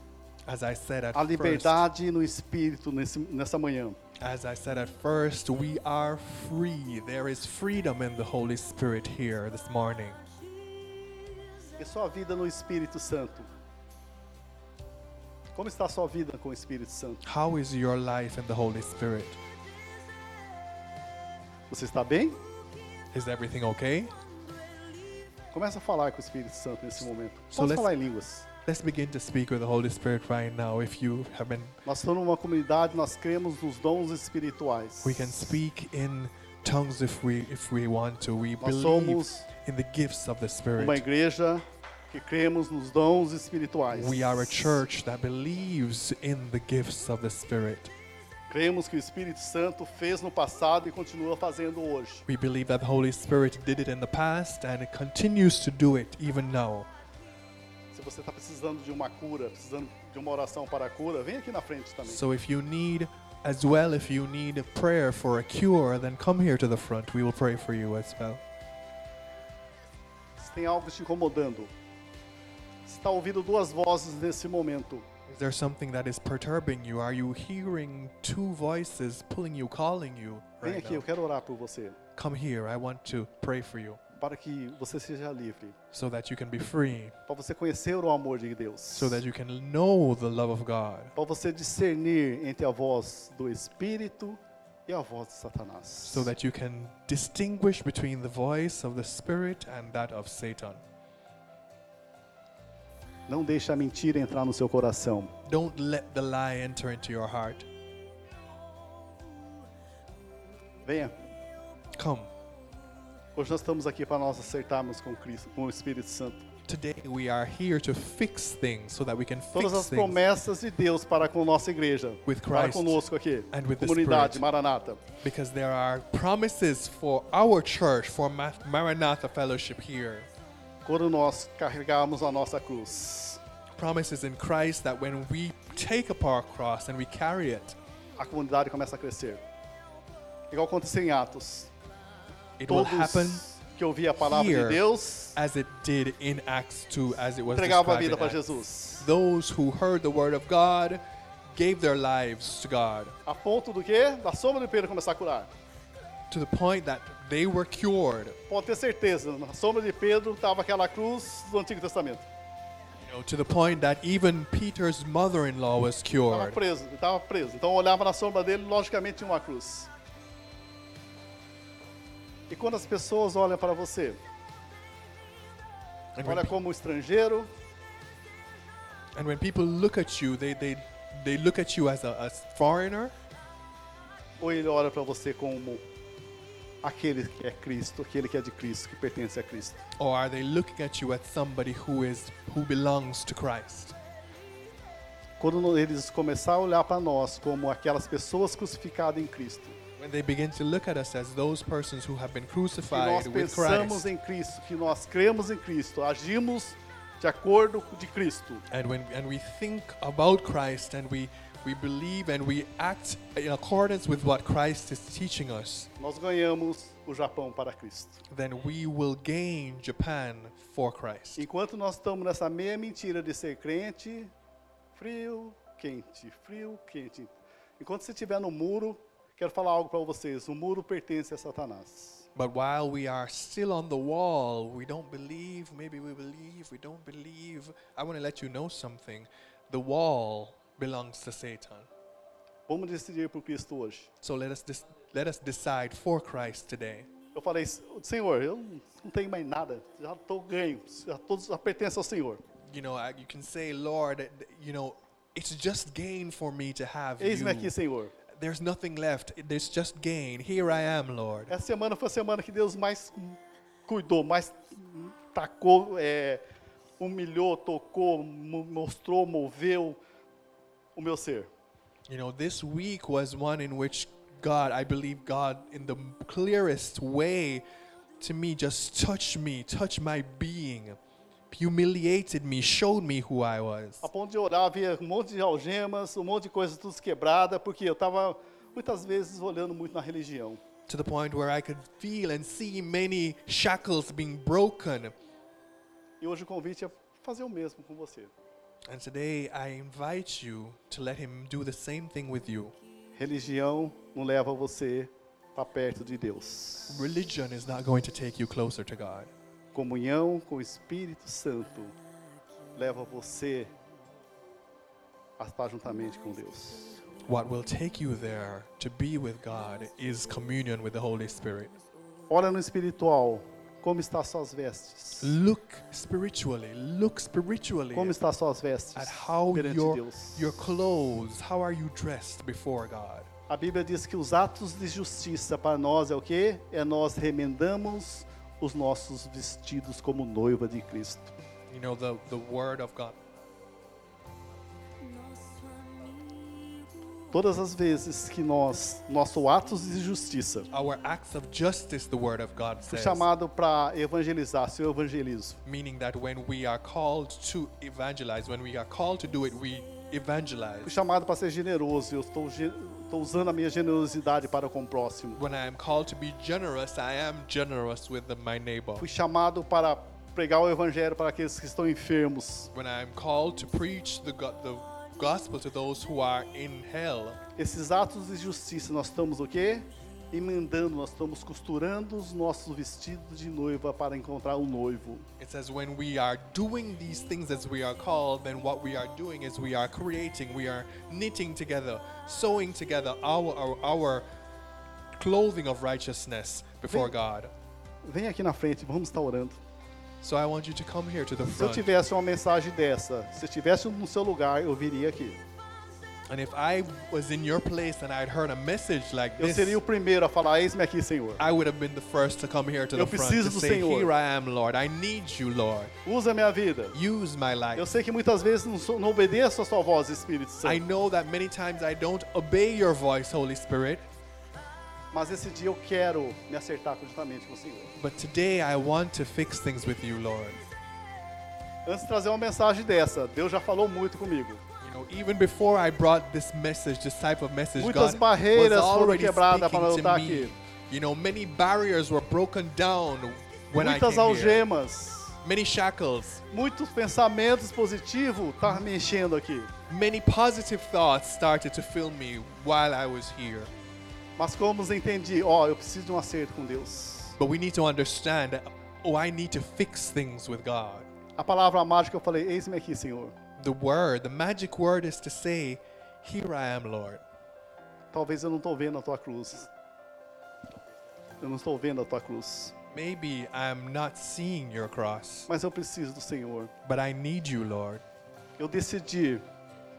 As I said at
A
first,
liberdade no espírito nesse, nessa manhã.
As I said at first, we are free. There is freedom in the Holy Spirit here this morning.
E sua vida no Espírito Santo. Como está a sua vida com o Espírito Santo?
How is your life in the Holy Spirit?
Você está bem?
Is everything okay?
Começa a falar com o Espírito Santo nesse momento.
So
Vamos
let's-
falar em línguas.
Let's begin to speak with the Holy Spirit right now. If you have been,
Nós somos uma comunidade, nós cremos nos dons espirituais.
we can speak in tongues if we if we want to. We
Nós
believe
somos
in the gifts of the
uma
Spirit.
igreja que cremos nos dons espirituais.
We are a church that believes in the gifts of the Spirit.
Cremos que o Espírito Santo fez no passado e continua fazendo hoje.
We believe that the Holy Spirit did it in the past and it continues to do it even now.
Se você está precisando de uma cura, precisando de uma oração para a cura, vem aqui na frente também.
So if you need, as well, if you need prayer for a cure, then come here to the front. We will pray for you as well.
Se tem algo te incomodando, se está ouvindo duas vozes nesse momento,
Is there something that is perturbing you? Are you hearing two voices pulling you, calling you
vem
right
aqui, eu
now?
quero orar por você,
Come here. I want to pray for you
para que você seja livre,
so that you can be free,
para você conhecer o amor de Deus.
so that you can know the love of God,
para você discernir entre a voz do Espírito e a voz de Satanás.
so that you can distinguish between the voice of the Spirit and that of Satan.
Não deixe a mentira entrar no seu coração.
Don't let the lie enter into your heart.
Venha.
Come.
Hoje nós estamos aqui para nós acertarmos com Cristo, com o Espírito Santo.
Today we are here to fix things so that we can
Todas
fix
as
things
promessas de Deus para com nossa igreja,
With
para
Christ
conosco aqui,
and with the
comunidade
Spirit.
Maranata.
because there are promises for our church, for Ma- Maranatha Fellowship here.
Quando nós carregarmos a nossa cruz,
Promises in Christ that when we take up our cross and we carry it,
a comunidade começa a crescer. E igual aconteceu em Atos.
It will
Todos
happen
que ouvia a palavra de
here
Deus
as it did in Acts 2, as it was
entregava a
described in
vida para
Acts.
Jesus.
Those who heard the word of God gave their lives to God
A ponto do quê? Da sombra do Pedro começar a curar.
to the point that they were cured.
Pode ter certeza, na sombra de Pedro estava aquela cruz do Antigo Testamento.
You know, to the point that even Peter's mother-in-law was
Estava
cured.
preso, estava preso. Então olhava na sombra dele, logicamente tinha uma cruz. E quando as pessoas olham para você,
And when,
olha
pe-
como um estrangeiro,
and when people look at you, they, they, they look at you as a, a foreigner
ou ele olha para você como aquele que é Cristo, aquele que é de Cristo, que pertence a Cristo.
or are they looking at you as somebody who is who belongs to Christ?
Quando no- eles começarem a olhar para nós como aquelas pessoas crucificadas em Cristo,
When they begin to look at us as those persons who have been
que nós
crucified with
pensamos
Christ,
em Cristo, que nós cremos em Cristo, agimos de acordo com- de Cristo,
and when and we think about Christ and we we believe and we act in accordance with what Christ is teaching us,
nós ganhamos o Japão para Cristo.
then we will gain Japan for Christ.
Enquanto nós estamos nessa meia mentira de ser crente, frio, quente, frio, quente. Enquanto você estiver no muro, quero falar algo para vocês. O muro pertence a Satanás.
But while we are still on the wall, we don't believe, maybe we believe, we don't believe. I want to let you know something. The wall belongs to Satan.
Vamos decidir por Cristo hoje.
So let us dis- let us decide for Christ today.
Eu falei, Senhor, eu não tenho mais nada. Já estou ganho. Já, tô, já pertence ao Senhor.
You know, I, you can say, Lord, th- th- you know, it's just gain for me to have
Eis-me
you.
aqui, Senhor.
There's nothing left. There's just gain. Here I am, Lord.
Essa semana foi a semana que Deus mais cuidou, mais tacou, é, humilhou, tocou, mo- mostrou, moveu o meu ser.
You know, this week was one in which God, I believe God, in the clearest way to me, just touched me, touched my being, humiliated me, showed me who I was.
A ponto de orar, havia um monte de algemas, um monte de coisas tudo quebrada, porque eu estava muitas vezes olhando muito na religião.
To the point where I could feel and see many shackles being broken.
E hoje o convite é fazer o mesmo com você.
And today I invite you to let Him do the same thing with you.
Religião não leva você para perto de Deus.
Religion is not going to take you closer to God.
Comunhão com o Espírito Santo leva você a estar juntamente com Deus.
What will take you there to be with God is communion with the Holy Spirit.
Ora no espiritual, como está suas vestes?
Look spiritually. Look spiritually
Como está suas
at
vestes
how
perante
your,
Deus?
your clothes, how are you dressed before God?
A Bíblia diz que os atos de justiça para nós é o quê? É nós remendamos os nossos vestidos como noiva de Cristo.
You know, the, the Word of God.
Todas as vezes que nós, nosso atos de justiça,
Our acts of justice, the Word of God
fui
says.
chamado para evangelizar, se eu evangelizo,
Meaning that when we are called to evangelize, when we are called to do it, we
fui
evangelize.
chamado para ser generoso, eu estou, ge- estou usando a minha generosidade para com o próximo.
When I am called to be generous, I am generous with the, my neighbor.
Fui chamado para pregar o evangelho para aqueles que estão enfermos.
When I am called to preach the, go- the gospel to those who are in hell,
Esses atos de justiça, nós estamos o quê? Emendando, nós estamos costurando os nossos vestidos de noiva para encontrar o noivo.
It says, when we are doing these things as we are called, then what we are doing is we are creating, we are knitting together, sewing together our our, our clothing of righteousness before
Vem.
God.
Vem aqui na frente, vamos estar orando.
So I want you to come here to the
Se eu
front.
tivesse uma mensagem dessa, se eu estivesse no seu lugar, eu viria aqui.
And if I was in your place and I'd heard a message like
Eu seria o
this,
primeiro a falar: Eis-me aqui, Senhor.
I would have been the first to come here to the
Eu
front to
preciso do
say,
Senhor.
Here I am, Lord. I need you, Lord.
Usa a minha vida.
Use my
Eu
life.
sei que muitas vezes não, sou, não obedeço a sua voz, Espírito
I
Santo.
know that many times I don't obey your voice, Holy Spirit.
Mas esse dia eu quero me acertar conjuntamente com o Senhor.
But today I want to fix things with you, Lord.
Antes de trazer uma mensagem dessa, Deus já falou muito comigo.
You know, even before I brought this message, this type of message, God
Muitas
was
barreiras foram
already
quebradas
speaking
para eu
to
estar
me.
aqui.
You know, many barriers were broken down when I
Muitas
came here.
algemas,
Many shackles,
muitos pensamentos positivos estavam me enchendo aqui.
many positive thoughts started to fill me while I was here.
Mas como eu entendi, ó, eu preciso de um acerto com Deus.
But we need to understand that, oh, I need to fix things with God.
A palavra mágica eu falei, eis-me aqui, Senhor.
The word, the magic word is to say, Here I am, Lord.
Talvez eu não estou vendo a tua cruz. Eu não estou vendo a tua cruz.
Maybe I'm not seeing your cross,
Mas eu preciso do Senhor.
but I need you, Lord.
Eu decidi.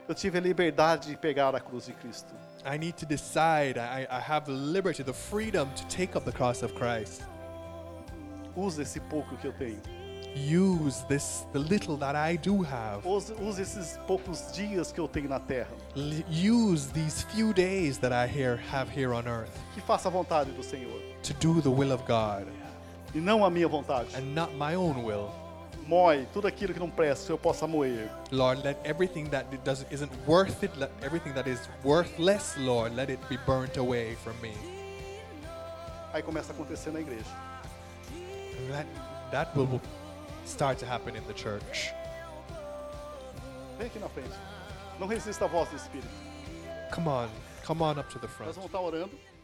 Eu tive a liberdade de pegar a cruz de Cristo.
I need to decide. I, I have the liberty, the freedom to take up the cross of Christ.
Usa esse pouco que eu tenho.
Use this, the little that I do have.
Use, use esses poucos dias que eu tenho na terra.
L- use these few days that I here have here on earth
Que faça a vontade do Senhor.
to do the will of God
E não a minha vontade.
and not my own will.
Moe tudo aquilo que não presta, que eu possa moer.
Lord, let everything that it doesn't isn't worth it, let everything that is worthless, Lord, let it be burnt away from me.
Aí começa a acontecer na igreja.
And that that will start to happen in the church.
Vem aqui na frente. Não resista à voz do Espírito.
Come on, come on up to the front.
Nós vamos estar orando.